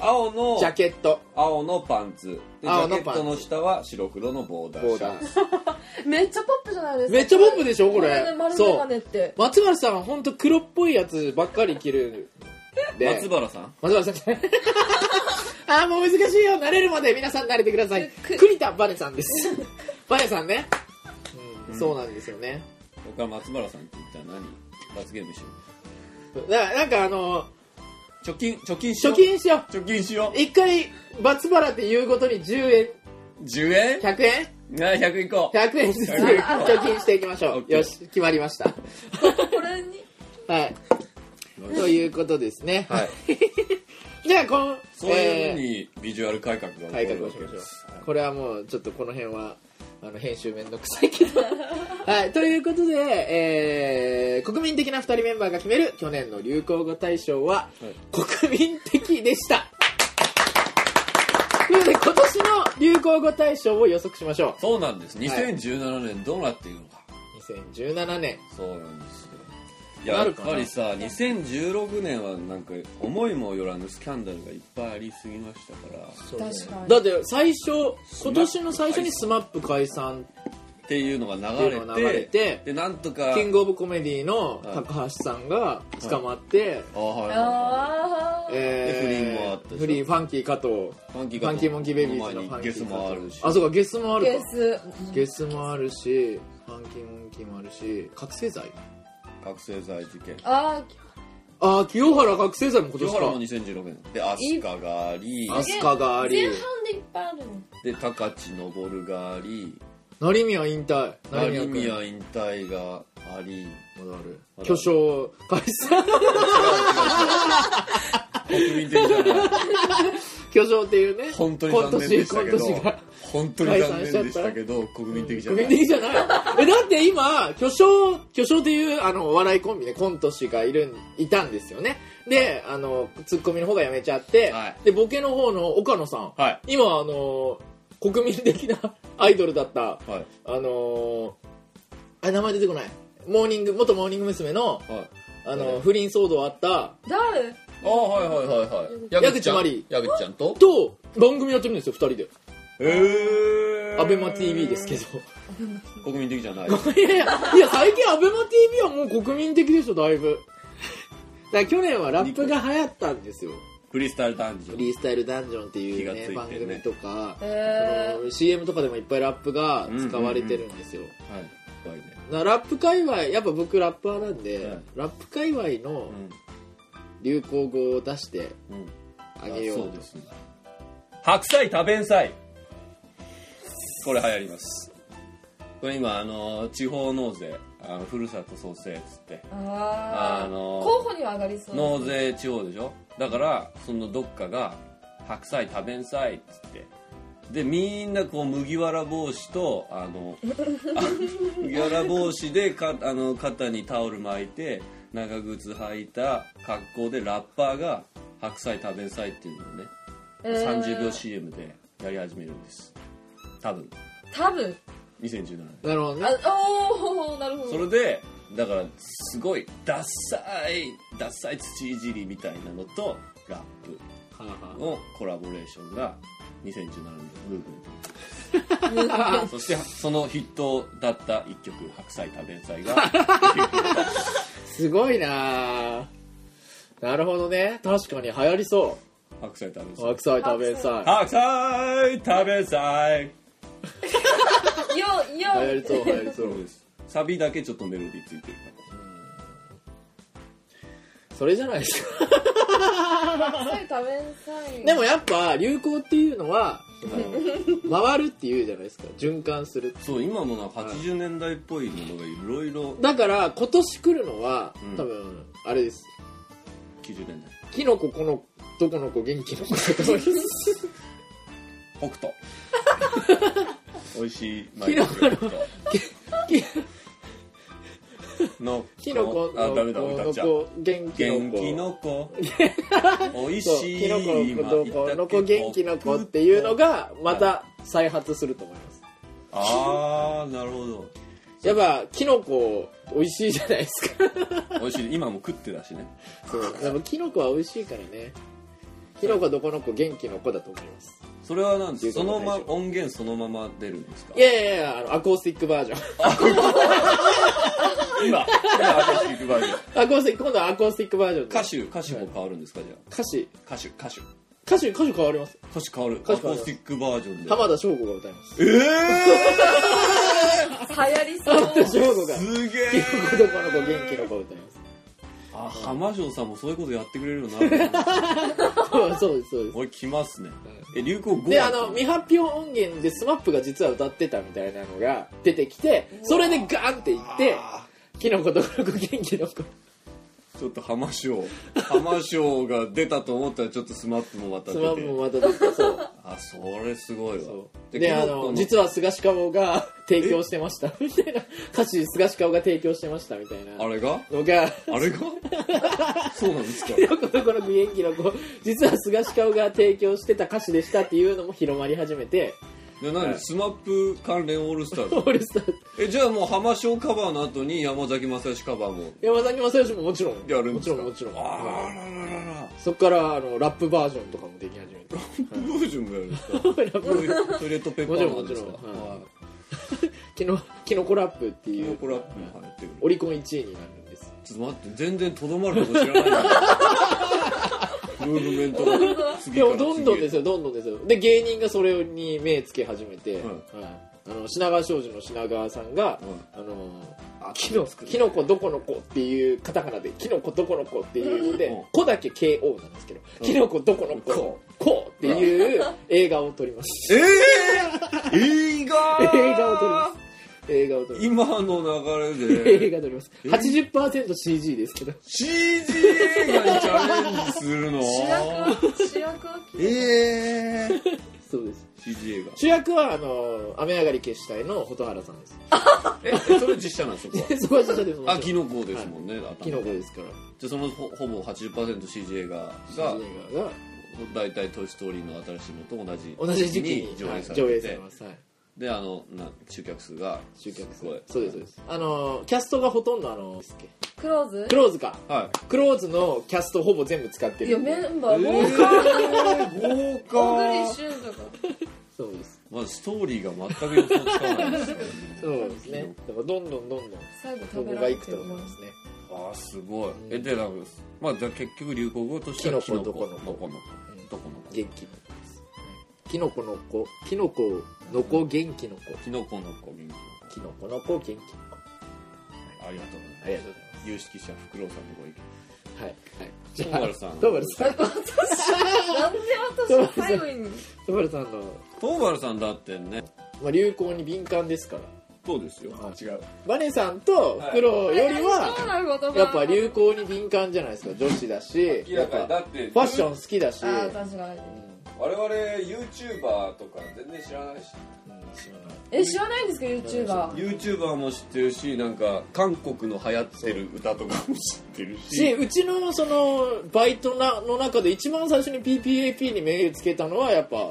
S2: 青の
S1: ジャケット
S2: 青のパンツでジ
S1: 青
S2: ャ
S1: の
S2: ケ
S1: パンツ
S2: ットの下は白黒のボーダー
S1: ボー
S2: シャ
S1: ダ
S2: ツ
S1: ー
S4: めっちゃポップじゃないですか
S1: めっちゃポップでしょこれ
S4: ね丸眼鏡って
S1: 松原さんは本当黒っぽいやつばっかり着るんで
S2: 松原さん
S1: 松原さん ああもう難しいよ慣れるまで皆さん慣れてください
S4: く
S1: 栗田バネさんです バネさんね、うんそうなんですよね
S2: それから松原さんって言ったら何罰ゲームしよ
S1: だからなんかあの
S2: う貯金貯金しよ
S1: 貯
S2: う
S1: 金しよ
S2: 貯金しよ
S1: う一回松原って言うごとに10円
S2: う10円
S1: 100円
S2: な100いこう
S1: 100円 ずつ
S2: 100円
S1: 貯金していきましょ
S2: OK
S1: うよし決まりました
S4: これに
S1: はいということですね
S2: はい
S1: じゃあこの
S2: そういうふうにビジュアル改革が起こ
S1: 改
S2: る
S1: 革を
S2: わ
S1: し
S2: け
S1: ましょう
S2: です、
S1: これはもうちょっとこの辺はあの編集めんどくさいけ どはいということで、えー国民的な2人メンバーが決める去年の流行語大賞は、国民的でしたということで今年の流行語大賞を予測しましょ
S2: そうなんです2017年どうなっているのか、
S1: う2017年
S2: そうなんですよい
S1: な
S2: やや
S1: る
S2: っ
S1: かな
S2: ぱりさ2016年はなんか思いもよらぬスキャンダルがいっぱいありすぎましたから
S1: そうね
S4: 確かに
S1: だって最初今年の最初に SMAP 解散
S2: っていうのが
S1: って
S2: 流
S1: いう
S2: れ
S1: の
S2: て
S1: が流れて
S2: でなんとか
S1: キングオブコメディの高橋さんが捕まって、
S2: あはいはいは
S4: あー
S1: えー
S2: でフリーもあったでしょ
S1: フリーファンキー加藤
S2: いファンキー
S1: ファンキーモンキーベイビーズのファンキー
S2: ゲスもあるし
S1: あそうかゲスもある
S4: ゲ
S1: か
S4: ス
S1: ゲスもあるしファンキーモンキーもあるし覚醒剤
S2: 覚醒剤事件
S4: あー
S1: ああ清原覚醒剤も今
S2: 清原も
S1: 年
S2: 2016年でアスカがあり
S1: かアスカがあり
S4: 前半でいっぱいあるね
S2: で高知昇があり
S1: 成宮引退
S2: 成
S1: 君
S2: 宮引退があり
S1: まだある
S2: まだある
S1: 巨匠 解散
S2: 国民的じ ゃない
S1: 巨匠っていうね
S2: 本当に残念でしたけ
S1: 今年
S2: ど
S1: 今年が
S2: 本当に残念でしたけど国民的じゃ
S1: 国
S2: な
S1: 民
S2: い
S1: 的じゃないえだって今巨匠巨匠っていうあのお笑いコンビでコント師がいるいたんですよねであのツッコミの方がやめちゃって、
S2: はい
S1: でボケの方の岡野さん、
S2: はい
S1: 今あの国民的なアイドルだった
S2: はい
S1: あのあ名前出てこないモーニング元モーニング娘。の
S2: はい
S1: あ
S2: 誰
S1: の不倫騒動あった
S4: 誰
S2: あはいはいはいはい
S1: 矢口真理
S2: 矢口ちゃんと
S1: と番組やってるんですよ2人で
S2: え
S1: a b e m a t v ですけど
S2: 国民的じ ゃない
S1: いやいやいや最近 ABEMATV はもう国民的でしょだいぶだから去年はラップが流行ったんですよ
S2: クリスタルダンジ
S1: フ
S2: ョン
S1: リースタイルダンジョンっていう、ね
S2: 気が
S1: 番
S2: ついてね
S1: 組とか、
S4: へー
S1: その CM とかでもいっぱいラップが使われてるんですよ、
S2: はい怖いね
S1: なラップ界隈やっぱ僕ラッパーなんで、
S2: はい
S1: ラップ界隈の流行語を出して
S2: うんうん
S1: あげよう
S2: そうですね白菜多弁菜これ流行りますこれ今あの地方納税あのふるさと創生っつって
S4: あ
S2: あ
S4: あ
S2: のー
S4: 候補には上がりそう
S2: 納税地方でしょだからそのどっかが白菜多弁菜っつってでみんなこう麦わら帽子とあの あ麦わら帽子でかあの肩にタオル巻いて長靴履いた格好でラッパーが白菜多弁菜っていうのをね
S4: えー
S2: 30秒 CM でやり始めるんです多分
S4: 多分
S2: 2017年
S1: なるほどね
S4: あおおなるほど
S2: それでだからすごいダッサいダッサい土いじりみたいなのとラップ
S1: はあはあ
S2: のコラボレーションが2017年のムーブメン
S4: うん
S2: トそしてその筆頭だった一曲「白菜多弁祭」が
S1: すごいなあなるほどね確かに流行りそ
S2: 白菜食べさい
S1: 白菜食べさい
S2: 白菜食べさい
S4: よ
S1: 流行
S4: よ
S1: りそう流行りそ
S2: そううですサビだけちょっとメロディーついてる
S1: それじゃないですか
S4: 白菜食べんさい
S1: でもやっぱ流行っていうのはその回るっていうじゃないですか循環する
S2: そう今もなんか80年代っぽいものがいろいろ
S1: だから今年来るのは
S2: うん
S1: 多分あれです
S2: 90年代
S1: キノコこのどこの子元気の子とかです
S2: 北斗美味しい
S1: キノコの
S2: 北斗
S1: き
S2: の
S1: キノコ
S2: あ
S1: の
S2: ダメだ
S1: こ
S2: 歌っ
S1: の
S2: ちゃう
S1: 子元気の
S2: 元
S1: 子
S2: 気の 子美味
S1: そう
S2: しい
S1: キノコ
S2: 今
S1: の
S2: 言
S1: 子
S2: っ
S1: ど
S2: たっ
S1: の
S2: け
S1: 子元気の子っていうのがまた再発すると思います
S2: ああなるほど
S1: やっぱキノコ美味しいじゃないですか
S2: 美味しい今も食ってたしね
S1: そう でもキノコは美味しいからねキノコどこの子元気の子だと思います
S2: それはなんですそのま
S1: 流行
S2: 音源そのまま出るんですか
S1: いやいやいやあのアコースティックバージョン
S2: 今今私行く場合
S1: アコースティック今度はアコースティックバージョンで
S2: 歌手歌手も変わるんですかじゃ
S1: 歌詞
S2: あ歌手歌手
S1: 歌手歌手変わります
S2: 歌手変わる
S1: 歌
S2: ア
S1: 手変
S2: コ
S1: わ
S2: ー
S1: る
S2: スティックバージョンで
S1: 浜田省吾が歌います
S2: ええ
S4: 流行りそう
S1: 浜田省吾が
S2: ー、すげ
S1: キノコどこの子
S2: え
S1: 元気の子歌います
S2: あ浜城さんもそういうことやってくれるようになる
S1: そうそうですそうです
S2: これ来ますねえ流行語
S1: であの未発表音源で SMAP が実は歌ってたみたいなのが出てきてそれでガーンっていって「キノコどこの子元気の 子
S2: ちょっと浜城浜城が出たと思ったらちょっとスマップもま」た
S1: ス
S2: 出
S1: マッ
S2: て
S1: プもまた出てそう
S2: あそれすごいわ
S1: そうであの実
S2: は
S1: は菅氏顔が提供してましたみたいな歌詞菅氏顔が提供してましたみたいな
S2: あれが
S1: のが
S2: あ れがそうなんですか
S1: キノコどこの子元気の子実は菅氏顔が提供してた歌詞でしたっていうのも広まり始めて
S2: で
S1: は
S2: 何、
S1: い
S2: スマップ関連オールスター
S1: オ
S2: ズ
S1: ールスター
S2: えじゃあもう浜翔カバーの後に山崎正義カバーも
S1: 山崎正義ももちろん
S2: やるん
S1: も
S2: で
S1: ち
S2: すか
S1: ろんもちろん
S2: あ
S1: はい
S2: ららららら
S1: そっからあのラップバージョンとかもでき始め て
S2: ブージョンもやるんですか
S1: ラッ
S2: ト
S1: プ
S2: イレトイレットペーパーもあるんですか
S1: もちろんもちろん
S2: はい
S1: キノキノコラップって
S2: キ
S1: い
S2: ノ
S1: う
S2: コラップも入ってくる
S1: オリコン1位になるんです
S2: ちょっと待って全然とどまること知らないムーブメントが次
S1: で
S2: から
S1: もどんどんですよどんどんですよで芸人がそれに目つけ始めて、
S2: ん
S1: はいあの品川庄司の品川さんが、あのキノキノコどこの子っていうカタカナでキノコどこの子っていうので、
S2: うん
S1: 子だけ KO なんですけど、キノコどこの子こうっていう映画を撮ります
S2: ええ映画
S1: 映画を撮ります映画を撮りま
S2: 今の流
S1: す
S2: れで
S1: 映画撮ります 80%CG ですけど
S2: CG 映画にチャレンジするの
S4: 主役は主役は
S2: ええ
S1: そうです
S2: CG 映画
S1: 主役はあの雨上がり決死隊の蛍原さんです
S2: えそれ実写なんですか
S1: そこは実写ですもん
S2: あキノコですもんね、頭
S1: キノコですから
S2: じゃあそのほほぼ 80%CG 映画が
S1: CG 映画が
S2: 大体「トイ・ストーリー」の新しいのと同じ
S1: 同じ時期に
S2: 上
S1: は
S2: 映
S1: い
S2: さ
S1: 上
S2: れ
S1: 映
S2: て
S1: さ
S2: て
S1: れますはい
S2: であのな集客数が
S1: 集客す
S2: すごい
S1: るそうですそうですあのキャストがほとんどあの
S4: クローズ
S1: クローズか
S2: は
S1: クローズのキャストほぼ全部使って
S4: いや
S1: る
S4: メン
S2: い
S4: バー豪華
S2: 豪華、
S4: 小栗旬とか
S1: そうです
S2: まあ、ストーリーが全く予想つかないで すよね
S1: そうですねだからどんどんどんどん
S4: 最後
S1: 今
S4: 食べ
S1: 後
S4: ら
S1: が
S4: れ
S1: いく
S4: て
S1: と
S4: る
S1: 思いますね
S2: ああすごいえでなんかまあじゃあ結局流行語としては
S1: キノコどこの
S2: どこ
S1: う
S2: の
S1: ん
S2: どこの
S1: 元気の子ですねキノコの子キノコの子元気の子
S2: キノコの子元気の
S1: キノコの子元気の子
S2: 子ありがとうございま
S1: ありがとうございます
S2: 有識者フクロウさんのご意見
S1: すはいはい
S2: トマルさん
S1: トマルさん
S4: なんで私が最後に
S1: トマルさんの
S2: トーバルさんだってね
S1: まあ流行に敏感ですから
S2: そうですよ
S1: はい
S2: 違う
S1: バネさんとフクロウよりはやっぱ流行に敏感じゃないですか女子だしやっぱフ
S2: って
S1: ァッション好きだし
S4: ああ確かに
S2: 我々 YouTuber とか全然知らないし
S4: え知らないんですか YouTuber
S2: YouTuber も知ってるしなんか韓国の流行ってる歌とかも知ってる
S1: し
S2: し
S1: うちのそのバイトなの中で一番最初に PPAP に目つけたのはやっぱ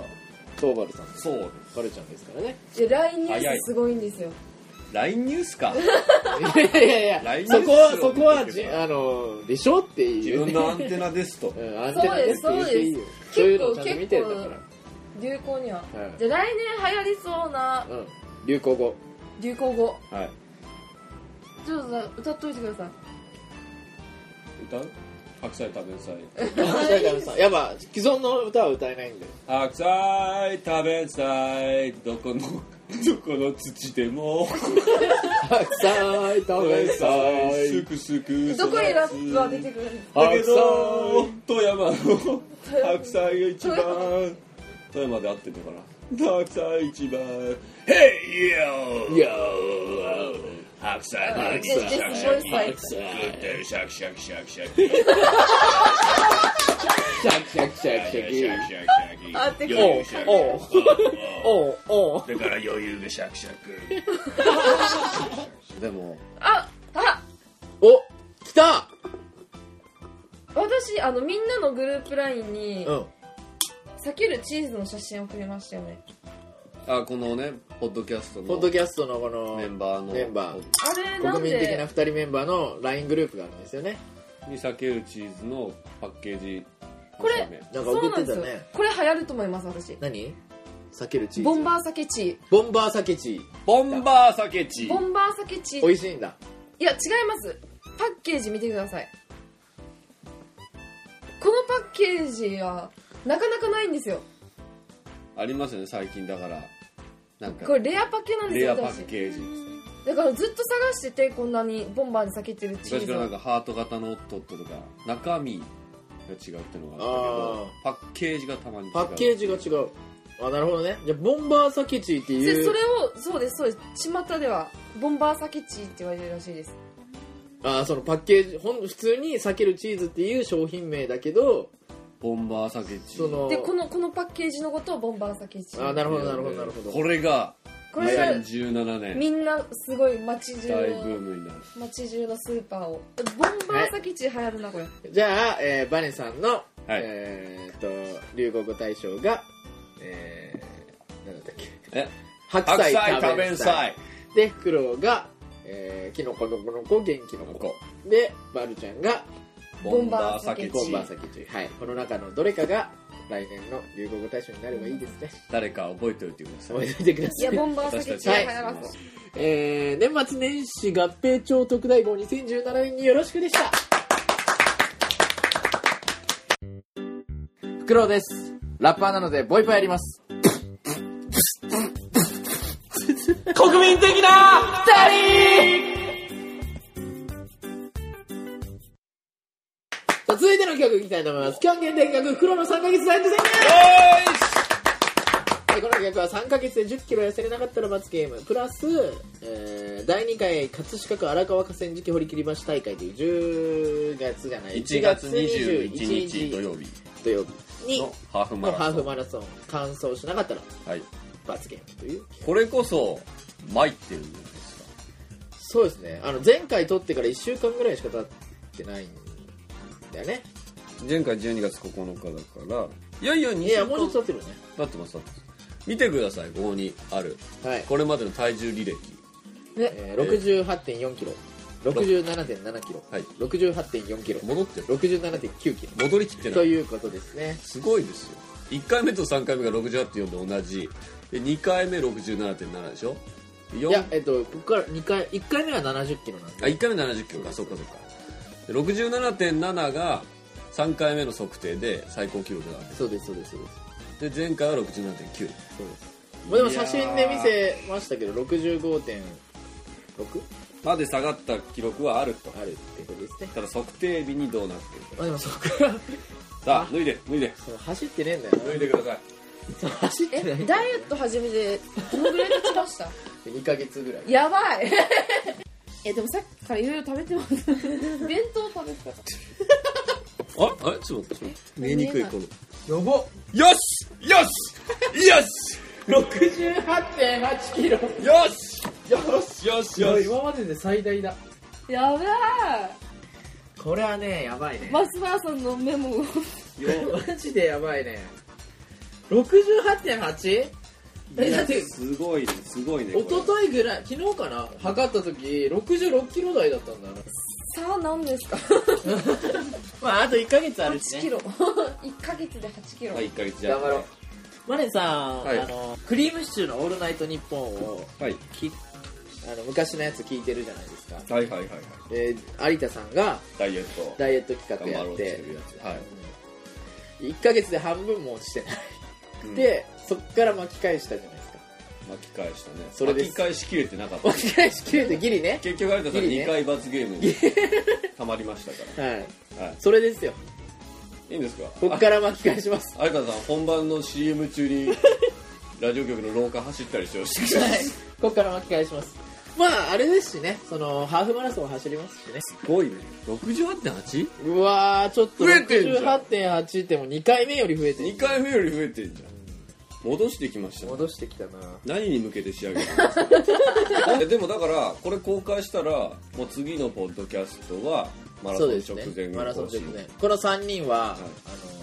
S1: トーバルさんです
S2: そうです
S1: バルちゃんですから ね
S4: え LINE ニュースすごいんですよ
S2: LINE ニュース か
S1: いやいやいや
S2: 来年
S1: そこは
S2: ですよ
S1: そこは
S2: 見て
S1: じ
S2: れば
S1: あのでしょって
S2: 自
S1: いう
S2: 分
S1: ね
S2: のアンテナですと
S1: うんアンテナですって言っていいよそ
S4: そうう
S1: い
S4: です
S1: うの
S4: そうです
S1: ちゃんと見てるんだから
S4: 流行には
S1: うん
S4: じゃあ来年流行りそうな
S1: うん流行語
S4: 流行語
S2: はい
S4: ちょっと歌っといてください
S2: 歌う
S3: 白菜食べなさい
S1: やっぱ既存の歌は歌え ないんだよ
S3: 白菜食べなさいどこのどこの土でも
S1: 白菜食
S3: 食べ
S1: べ
S3: な
S1: さ
S3: さいす
S1: い
S3: くすく
S4: どこにラップが出てくるんですか
S3: だけど富山の白菜が一番富山で合ってるのかな白菜一番 Hey yo!
S1: いや
S3: 白菜
S4: あ
S3: 何
S4: This
S3: シャキ
S4: this
S3: シ
S4: voice
S3: ャキシャキ
S4: like
S3: 食ってるシャキシャキシャキシャキシャキ
S1: シャキシャキシャキシ
S3: シ
S1: ャ
S3: ャキ
S1: キ
S3: シャキシ
S4: 合
S3: ャ
S4: って
S3: キ
S4: くる
S3: 余裕シャキシャキ
S1: おうおうおう
S3: だから余裕がシャキシャキ
S2: でも
S4: ああ
S1: お来た
S4: 私あのみんなのグループラインに
S1: うん
S4: 避けるチーズの写真送りましたよね
S2: あこのねポッドキャスト
S1: ポッド
S2: の
S1: キャストのこの
S2: メンバーの
S1: メンバー
S4: あれなん
S1: 国民的な2
S4: で
S1: 人メンバーの LINE グループがあるんですよね
S3: に避けるチーズのパッケージ
S4: これ
S1: なんか
S4: そ
S1: 送っ
S4: うなん
S1: て
S4: で
S1: た
S4: すよ
S1: ね
S4: これ流行ると思います私
S1: 何避けるチーズ
S4: ボンバー避けチ
S1: ボンバー避けチ
S2: ボンバーサケ
S4: ー
S2: チ
S4: ボンバー避けチ
S1: ー美
S4: ー
S1: 味しいんだ
S4: いや違いますパッケージ見てくださいこのパッケージはなかなかないんですよ
S2: ありますよね最近だからなんか
S4: これレアパッケなんです
S2: レ
S4: よ
S2: アパッ
S4: 私
S2: ケージ
S4: だからずっと探しててこんなにボンバーに避けてるチ
S2: 昔か
S4: ーズ
S2: ら
S4: を
S2: なんかハート型のオットットとか中身が違うっていうのがあったけどパッケージがたまに違う
S1: パッケージが違うあなるほどねじゃあボンバー避けチーってい
S4: で
S1: う
S4: それをそうですそうです巷ではボンバーサケチーって言われてるらしいです
S1: あーそのパッケージほん普通に避けるチーズっていう商品名だけど
S2: ボンバーサケチ
S1: その
S4: でこのこのパッケージのことをボンバーサケチ
S1: あー
S4: ー
S1: なるほどなるほどなるほど
S2: これが
S4: これが
S2: 2017年
S4: みんなすごい街中
S2: 大ブー
S4: の
S2: ムになる
S4: 街中のスーパーをボンバーサケチー流行るなこれ
S1: じゃあ、えーバネさんの、
S2: はい
S1: えーっと流行語大賞が、えー、なんだったっけ
S2: え
S1: 白
S2: 白
S1: 菜
S2: 菜
S1: 食
S2: 食
S1: べ
S2: べ
S1: ん
S2: ん
S1: さ
S2: さ
S1: い
S2: い
S1: でフクロウが、えー、キノコのこのこ元気の子でバルちゃんが
S4: ボンバーサケチ
S1: ボンバー先中はいこの中のどれかが来年の流行語大賞になればいいですね
S2: 誰か覚えておいてくださ
S1: 覚え
S2: い
S1: ておいてくだ
S4: い
S1: さ
S4: や
S1: い
S4: ボンバーサケチー流行らそう
S1: えー、年末年始合併超特大号2017年によろしくでしたフクロウですラッパーなのでボイパやります
S3: 国民的な
S1: さあ続いての企画いきたいと思います期間限定企画フクロウの3ヶ月ダイエット宣言えーこの企画は3ヶ月で1 0キロ痩せれなかったら罰ゲームプラス、えー第2回葛飾区荒川河川敷堀切り橋大会という10月じゃない
S2: 1月21
S1: 21
S2: 日土曜日
S1: 土曜日に
S2: のハーフマ
S1: のハ
S2: ラ
S1: ー
S2: ソ
S1: フ
S2: ン、
S1: マラソン完走しなかったら
S2: はい、
S1: 罰ゲームという
S2: これこそ参ってるんですか
S1: そうですねあの前回撮ってから1週間ぐらいしか経ってないんだよね
S2: 前回12月9日だからいやいや2
S1: い
S2: 週
S1: や
S2: 間
S1: もうちょっと経ってるね
S2: なってますなってます見てくださいここにある
S1: はい、
S2: これまでの体重履歴
S1: えー、68.4キロ67.7キロ、
S2: はい
S1: 68.4キロ
S2: 戻ってる
S1: 67.9キロ
S2: 戻りきってな
S1: と
S2: い
S1: いうことですね
S2: すごいですよ1回目と3回目が68.4で同じで2回目67.7でしょ
S1: い
S2: 4
S1: やえっとここから2回1回目は70キロなん
S2: あ
S1: で
S2: 1回目70キロかそっかそっかで67.7が3回目の測定で最高記録だ
S1: そうですそうですそうです
S2: で前回は67.9
S1: そうですまあでも写真で見せましたけど65.6
S2: まで下がった記録はあると
S1: あるってことですね
S2: ただ測定日にどうなってるか
S1: まあでもそこから
S2: さあ脱いで脱いで
S1: その走ってねえんだ
S2: 脱い
S1: よ
S2: でください
S1: な走ってない
S4: えダイエット始めてどのぐらい経ちました
S1: 2ヶ月ぐらい
S4: やばい えでもさっきからいろいろ食べて ます弁当食べてた
S2: ああれちょっと待って見えにくいこの
S1: やば
S2: よしよしよし
S1: 68.8キロ
S2: よしよしよしよし
S1: 今までで最大だ
S4: やばい
S1: これはねやばいね、
S4: マスバーさんのメモを
S1: いやマジでやばいね 68.8? えだって
S2: すごいねすごいね
S1: 一昨日ぐらい昨日かな測った時66キロ台だったんだな
S4: さあ何ですか
S1: まああと1ヶ月あるし
S4: 8キ
S1: ね
S4: ロ1 ヶ月で8キロ、
S2: はい1ヶ月じゃ
S1: 頑張ろうマネさん、
S2: はい
S1: あのクリームシチューの「オールナイトニッポン」を
S2: はい
S1: きあの昔のやつ聞いてるじゃないですか、
S2: はいはいはいはい
S1: えー有田さんが
S2: ダイエット
S1: ダイエット企画
S2: 頑張
S1: や
S2: ろ
S1: っ
S2: うとしててるやつはい
S1: 1ヶ月で半分も落ちてない、
S2: うん
S1: でそっから巻き返したじゃない ですか
S2: 巻き返したね
S1: それです
S2: 巻き返しきれて なかった
S1: 巻き返しきれてギリね
S2: 結局有田さん
S1: ギリね
S2: 2回罰ゲーム にたまりましたか
S1: はい
S2: らはい
S1: それですよ
S2: いいんですか
S1: こっから巻き返し ます
S2: あ有田さん本番の CM 中にラジオ局の廊下走ったりしてほしい
S1: はいこっから巻き返しますまああれですしねそのハーフマラソン走りますしね
S2: すごいね 68.8?
S1: うわーちょっと
S2: 増えてんじゃん
S1: 68.8ってもう2回目より増えてる
S2: 2回目より増えてんじゃん戻してきましたね
S1: 戻してきたな
S2: 何に向けて仕上げたんですか でもだからこれ公開したらもう次のポッドキャストはマラソ
S1: そう
S2: ン
S1: です
S2: 直
S1: ね
S2: 前
S1: マラソン
S2: 更
S1: 直
S2: 新
S1: 前この3人は、
S2: い
S1: あの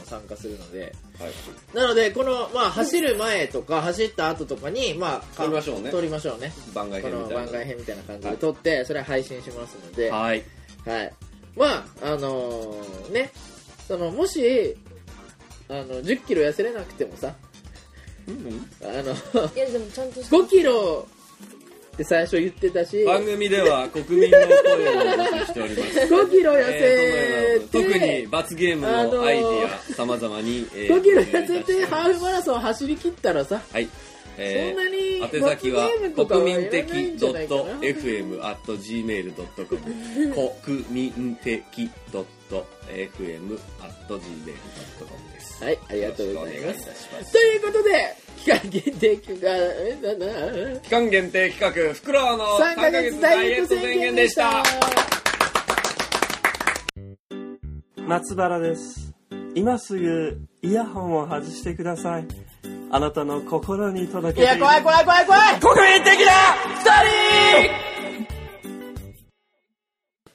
S1: 参加するので
S2: はい
S1: なのでこの、まあ、走る前とか走った後とかに、まあ、
S2: 撮りましょうね
S1: 撮りましょうね
S2: 番外
S1: こ
S2: 編み
S1: の
S2: たいな
S1: 番外編みたいな感じで撮ってそれは配信しますので、は
S5: はい
S1: いまああのーねそのもしあの1 0キロ痩せれなくてもさあの
S4: いやでもちゃんとし
S1: 5キロって最初言ってたし
S2: 番組では国民の声をお待ちしております
S1: 5キロ痩
S2: え
S1: せ
S2: ー
S1: て、
S2: 特に罰ゲームのアイディアさまざまに、えー
S1: 5キロ痩せ
S2: お願い
S1: て
S2: いたします
S1: ハーフマラソン走り切ったらさ
S2: はい。え
S1: そんなに
S2: ー、宛先は
S1: 罰ゲームとかは
S2: 国
S1: やら
S2: 民的
S1: ないんじゃないかな
S2: .fm.gmail.com 国民的 .fm.gmail.com です。
S1: はいありがとうござい
S2: よろ
S1: ま
S2: しくお願
S1: す
S2: いいたします。
S1: ということで期間限定期間えなんだ3
S2: 期間限定企画、フクロウの3
S1: ヶ
S2: ヶ
S1: 月
S2: 月
S1: ダ
S2: ダ
S1: イ
S2: イ
S1: エ
S2: エ
S1: ッ
S2: ッ
S1: ト
S2: ト
S1: 宣
S2: 宣
S1: 言
S2: 言
S1: で
S2: で
S1: し
S2: したた。
S6: 松原です今すぐイヤホンを外してくださいあなたの心に届
S1: い
S6: けて
S1: や怖い怖い怖い怖い
S6: 国民的な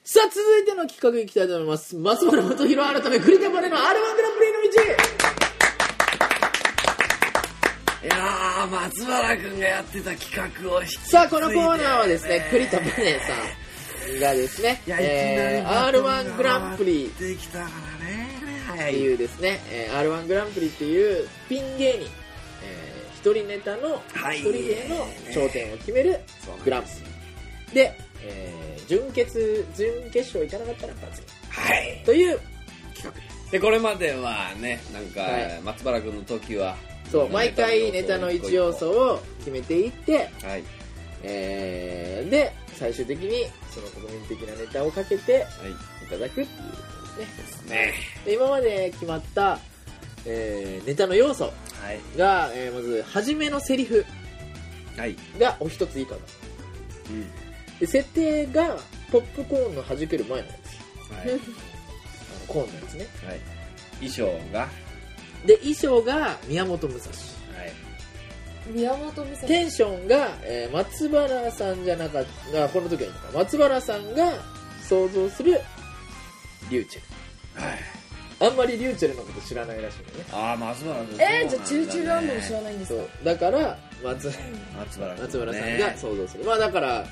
S1: さあ続いての企画いきたいと思います松原元弘改め栗田バレの r 1グランプリの道
S5: いやー松原君がやってた企画を引き
S1: さあこのコーナーはですね栗田バレさんがですね、
S5: いやいきなり
S1: えー、r 1グランプリ
S5: できたからね
S1: っ
S5: は
S1: ていうですね、えー、r 1グランプリっていうピン芸人、えー、一人ネタの
S5: はい
S1: 一人芸の頂点を決めるグランプリで、えー、準決準決勝行かなかったら罰ゲー
S5: はい
S1: ムという
S5: でこれまではね
S2: なんか、
S1: はい
S2: 松原君の時は、
S1: そう毎回ネタの一要素を決めていって、
S2: はい。
S1: えー、で最終的にその国民的なネタをかけていただくっていう
S5: ね
S1: で今まで決まった、えー、ネタの要素
S5: はい
S1: が、えーまず初めのセリフ
S2: はい。
S1: がお一つ以下だ、
S2: うん
S1: で設定がポップコーンの弾ける前のや
S2: は
S1: つ、あのコーンのやつね
S2: 衣装が、は
S1: で衣装が宮本武蔵
S4: 宮本武蔵
S1: テンションが、えー松原さんじゃなかったあこの時はいいのか松原さんが想像するリューチェル、あんまりリューチェルのこと知らないらしいのね
S5: ああ松原君
S4: えー、じゃあチルチルランドも知ら
S5: い
S4: ないんです
S1: そ
S4: か
S1: うだから松
S5: 松原君
S1: 松原さんが想像する、まあだからあの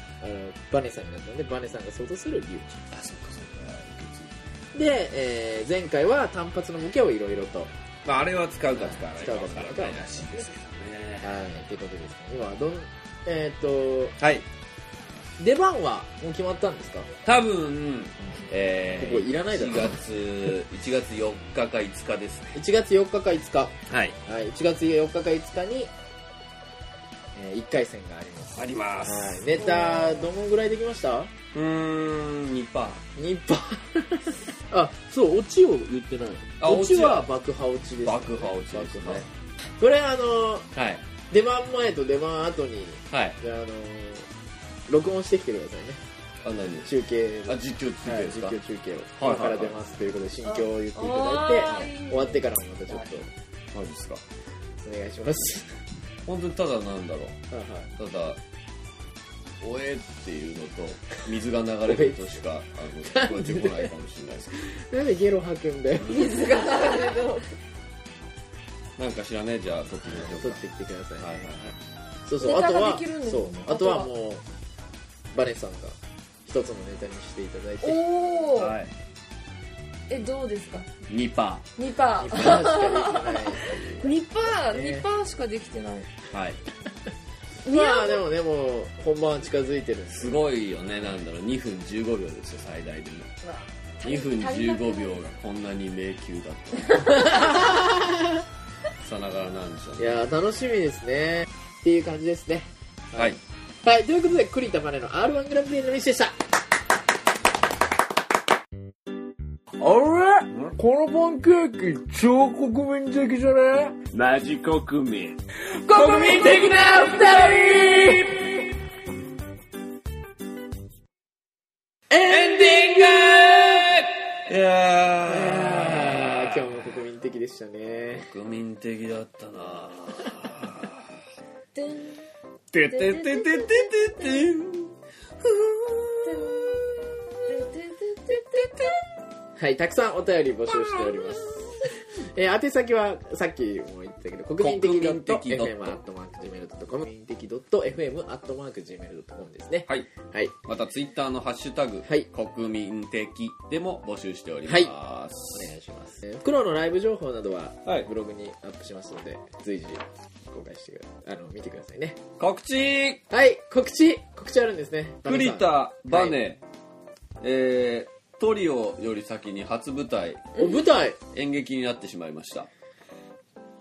S1: バネさんになったんでバネさんが想像するリューチェル
S5: あそっかそっか
S1: で、えー前回は単発のボケをいろいろと、は
S2: まあ、あれは使うか使わない
S1: 使
S2: か
S1: うか
S2: 分
S1: 使
S2: か
S1: わないから
S2: ないらしいですけどね。
S1: い、ということですね。今はどん、えっ、と、
S2: はい。
S1: 出番はもう決まったんですか
S2: 多分、えー、
S1: ここいらないだろ
S2: 1月、1月4日か5日ですね。
S1: ?1 月4日か5日。
S2: はい。
S1: はい、1月4日か5日に、え1回戦があります。
S2: ありま
S1: はい、。ネタ、どのぐらいできました
S2: うーん、2パー。
S1: ?2 番。あ、そう、オチを言ってない。
S2: あ
S1: オチは
S2: オ
S1: 爆破オチです、
S2: 爆破落ちです
S1: 爆
S2: ね
S1: 破。。これ、あの、
S2: はい。
S1: 出番前と出番後に、
S2: はい。
S1: あの、録音してきてくださいね。
S2: あ、何
S1: 中継
S2: あ、実況つい
S1: は
S2: て
S1: い、
S2: です
S1: 実
S2: か、
S1: 況中継を今
S2: はいはいはい
S1: から出ますということで心境を言っていた
S4: あ
S1: だいて
S4: ー
S1: 終わってからもまたちょっと
S2: マジですか
S1: お願いします
S2: 本当にただなんだろう。
S1: はい
S2: ただ、おえっていうのと、水が流れるとしか、あの、聞こえてこないかもしれないですけ
S1: はいなんでゲロ吐くんだよ
S4: 水が流れてます
S2: ど。なんか知らねえ、じゃあ、撮ってみましょうか。
S1: 取ってきてください、
S2: はいはいはい。
S1: そうそうあ
S4: ネタ
S1: と
S4: が
S1: は
S4: できるんです
S1: そ
S4: ね
S1: うあとはもうバネさんが一つのネタにしていただいて
S4: おお、
S5: はい
S4: えどうですか
S5: 2パ
S4: 2パ
S1: 一
S4: ー
S1: 般し かできない
S4: 2パー
S1: ね
S4: 2パーしかできてない
S5: ーはい
S1: まあでもねもう本番近づいてるんです
S2: すごいよねなんだろう2分15秒ですよ最大でも2分15秒がこんなに迷宮だったさながらなんでしょう
S1: い
S2: ね
S1: やー楽しみですねっていう感じですね
S2: はい
S1: はいということで栗田まねの r 1グランプリの道でしたあれこのパンケーキ超国民的じゃね
S3: マジ国民
S1: 国民的な二人エンディング
S2: いや
S1: あー今日も国民的でしたね
S2: ー国民的だったなぁ
S3: ててててててて
S1: はい、たくさんお便り募集しております。えー、宛先はさっきも言ったけど国民的
S2: 国民的
S1: .fm アットマーク gmail.com 国民的 .fm アットマーク gmail.com ですね。
S2: はい
S1: はい。
S2: またツイッターのハッシュタグ、
S1: はい
S2: 国民的でも募集しております、
S1: お願いします。えー、黒のライブ情報などは
S3: はい
S1: ブログにアップしますので、随時公開してくだあの見てくださいね。
S2: 告知
S1: はい、告知告知あるんですね。
S2: 栗
S1: バ
S2: 田バネ、えートリオより先に初舞台
S1: ネさん。お舞台
S2: 演劇になってしまいました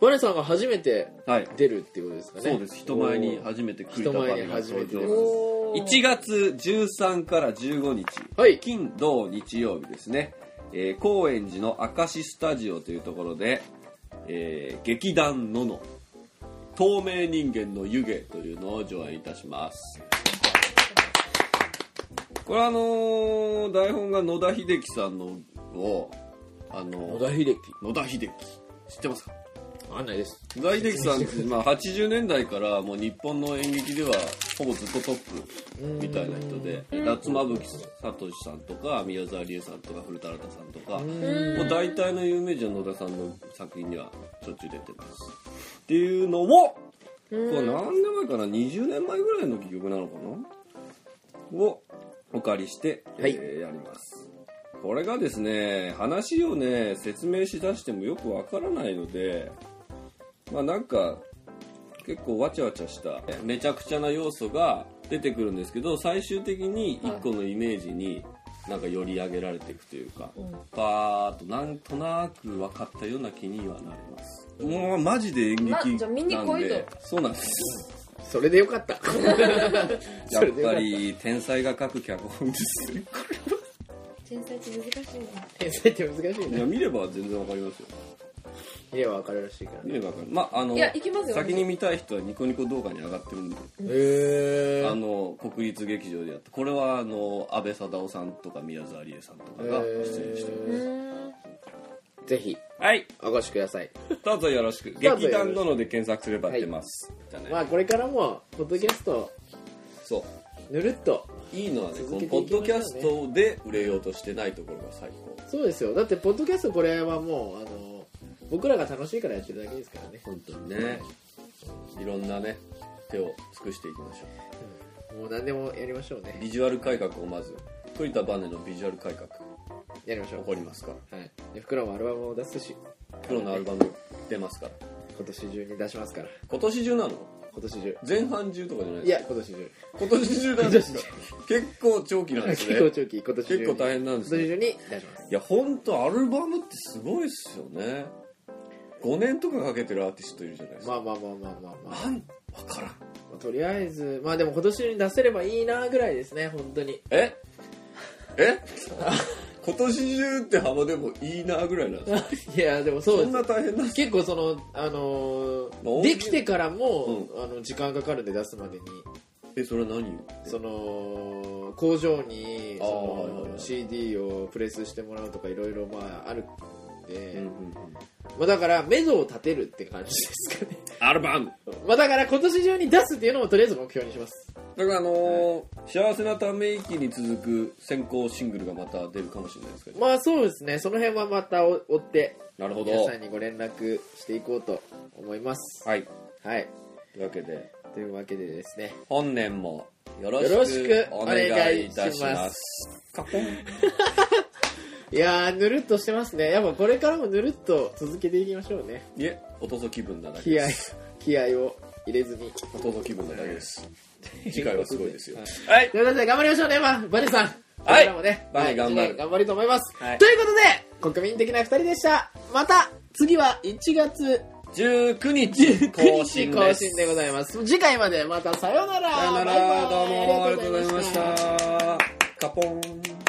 S1: バネさんが初めて
S2: はい
S1: 出るってことですかね。
S2: そうです人前に初めて栗田バネが登
S1: 人前に初めて
S2: 場1月13から15日、
S1: はい
S2: 金土日曜日ですね、えー高円寺の明石スタジオというところで、えー劇団のの透明人間の湯気というのを上演いたしますこれはあのー台本が野田秀樹さんのをあ
S1: 野
S2: の
S1: 田秀樹。
S2: 野田秀樹知ってますか
S1: 案内です。
S2: 野田秀樹さんって、まあ、80年代からもう日本の演劇ではほぼずっとトップみたいな人で夏間吹聡さんとか宮沢りえさんとか古田新太さんとかもう大体の有名人は野田さんの作品にはしょっちゅう出てますっていうのをこれ何年前かな20年前ぐらいの戯曲なのかなをお借りして、
S1: はい
S2: えーやりますこれがですね話をね説明しだしてもよくわからないのでまあなんか結構わちゃわちゃしためちゃくちゃな要素が出てくるんですけど最終的に1個のイメージになんか寄り上げられていくというかパーッとなんとなく分かったような気にはなりますもうマジで演劇
S4: まじゃあ見に
S2: な
S4: 来
S2: ん
S4: いと
S2: でそうなんです
S1: それでよかった。
S2: や
S1: そ
S2: っ
S1: れでよか
S2: ぱ
S1: った
S2: り天才が書く脚本ですね
S4: 天才って難しいな
S1: 天才って難しい
S2: いや
S1: ね。
S2: 見れば全然わかりますよ
S1: 家は分かるらしいから
S2: 見
S1: ね。
S2: ればわかるまああの
S4: いや行きますよ
S2: 先に見たい人はニコニコ動画に上がってるんで
S1: へ
S2: あの国立劇場でやってこれはあの安倍貞夫さんとか宮沢りえさんとかが出演してる、
S1: ぜひ、
S2: はい
S1: お越しください。
S2: どうぞよろしく
S1: どうぞ
S2: 劇
S1: よろしく
S2: 団殿で検索すれば出ます、じゃあね
S1: まあ、これからも、ポッドキャスト、
S2: そ
S1: ぬるっと。
S2: ういいのはねこ
S1: 続
S2: の
S1: け
S2: ポ
S1: てい
S2: ッ
S1: きましょ
S2: ド
S1: うね
S2: キャストで売れようとしてないところが最高
S1: そうですよ。だって、ポッドキャストこれはもう、あの、僕らが楽しいからやってるだけですからね。
S2: 本当にねいろんなね手を尽くしていきましょ
S1: もう何でもやりましょう
S2: う
S1: ね。
S2: ビジュアル改革をまず栗田バネのビジュアル改革
S1: やりましょ
S2: 起こりますか
S1: う。はい。で、袋もアルバムを出すし、
S2: らプロのアルバム出ますから
S1: 今年中に出しますから。
S2: 今年中なの
S1: 今年中。
S2: 前半中とかじゃない
S1: いや、今年中。
S2: 今年中なんですか結構長期なんですね
S1: 結構長期、今年中に。
S2: 結構大変なんですね
S1: 今年中に出します。
S2: いや本当アルバムってすごいっすよね5年とかかけてるアーティストいるじゃないです
S1: ま
S2: か、
S1: あまあまあまあまあまあ。
S2: なんわからん
S1: まあとりあえずまあでも今年に出せればいいなぐらいですね本当 に
S2: ええ 今年中って幅でもいいなぐらいなんですよ
S1: いやでもそう
S2: そ
S1: で
S2: ん
S1: す
S2: な大変なんです
S1: 結構そのあのー
S2: まあ音源
S1: できてからも、あの時間かかるんで出すまでに
S2: えそれは何
S1: その工場に
S2: あー
S1: そ
S2: はいはいは
S1: の
S2: い
S1: CD をプレスしてもらうとかいろいろまああるんで、
S2: うんうんうん
S1: まあ、だから目処を立てるって感じですかね
S2: アルバム
S1: まあだから今年中に出すっていうのもとりあえず目標にします
S2: だからあのー幸せなため息に続く先行シングルがまた出るかもしれないですけど
S1: まあそうですねその辺はまた追って
S2: なるほど
S1: 皆さんにご連絡していこうと思います
S2: はい
S1: はい
S2: というわけで
S1: というわけでですね
S2: 本年もよろ
S1: よろ
S2: し
S1: し
S2: く
S1: く
S2: お
S1: お
S2: 願
S1: 願
S2: い
S1: い
S2: い
S1: い
S2: た
S1: た
S2: し
S1: し
S2: ま。
S1: ます
S2: カポン。
S1: いやーぬるっとしてますねやっぱこれからもぬるっと続けていきましょうね
S2: いえ、おとそ気分だな。
S1: 気合気合を入入れずに
S3: 弟気分なだけです次回はすごいですよ
S2: はい
S1: ということで頑張りましょうね、まあ、バネさん
S2: はい
S1: 僕らもね、
S2: バネ
S1: はい
S2: 頑張る
S1: 一年頑張りと思います、
S2: はい
S1: ということで国民的な2人でしたまた次は1月
S2: 19日更
S1: 更
S2: 新
S1: 新
S2: で
S1: 更
S2: す
S1: 新でございます次回までまたさようなら
S2: さよな
S1: バイバ
S2: ら
S1: イ
S2: どうもありがとうございましたカポン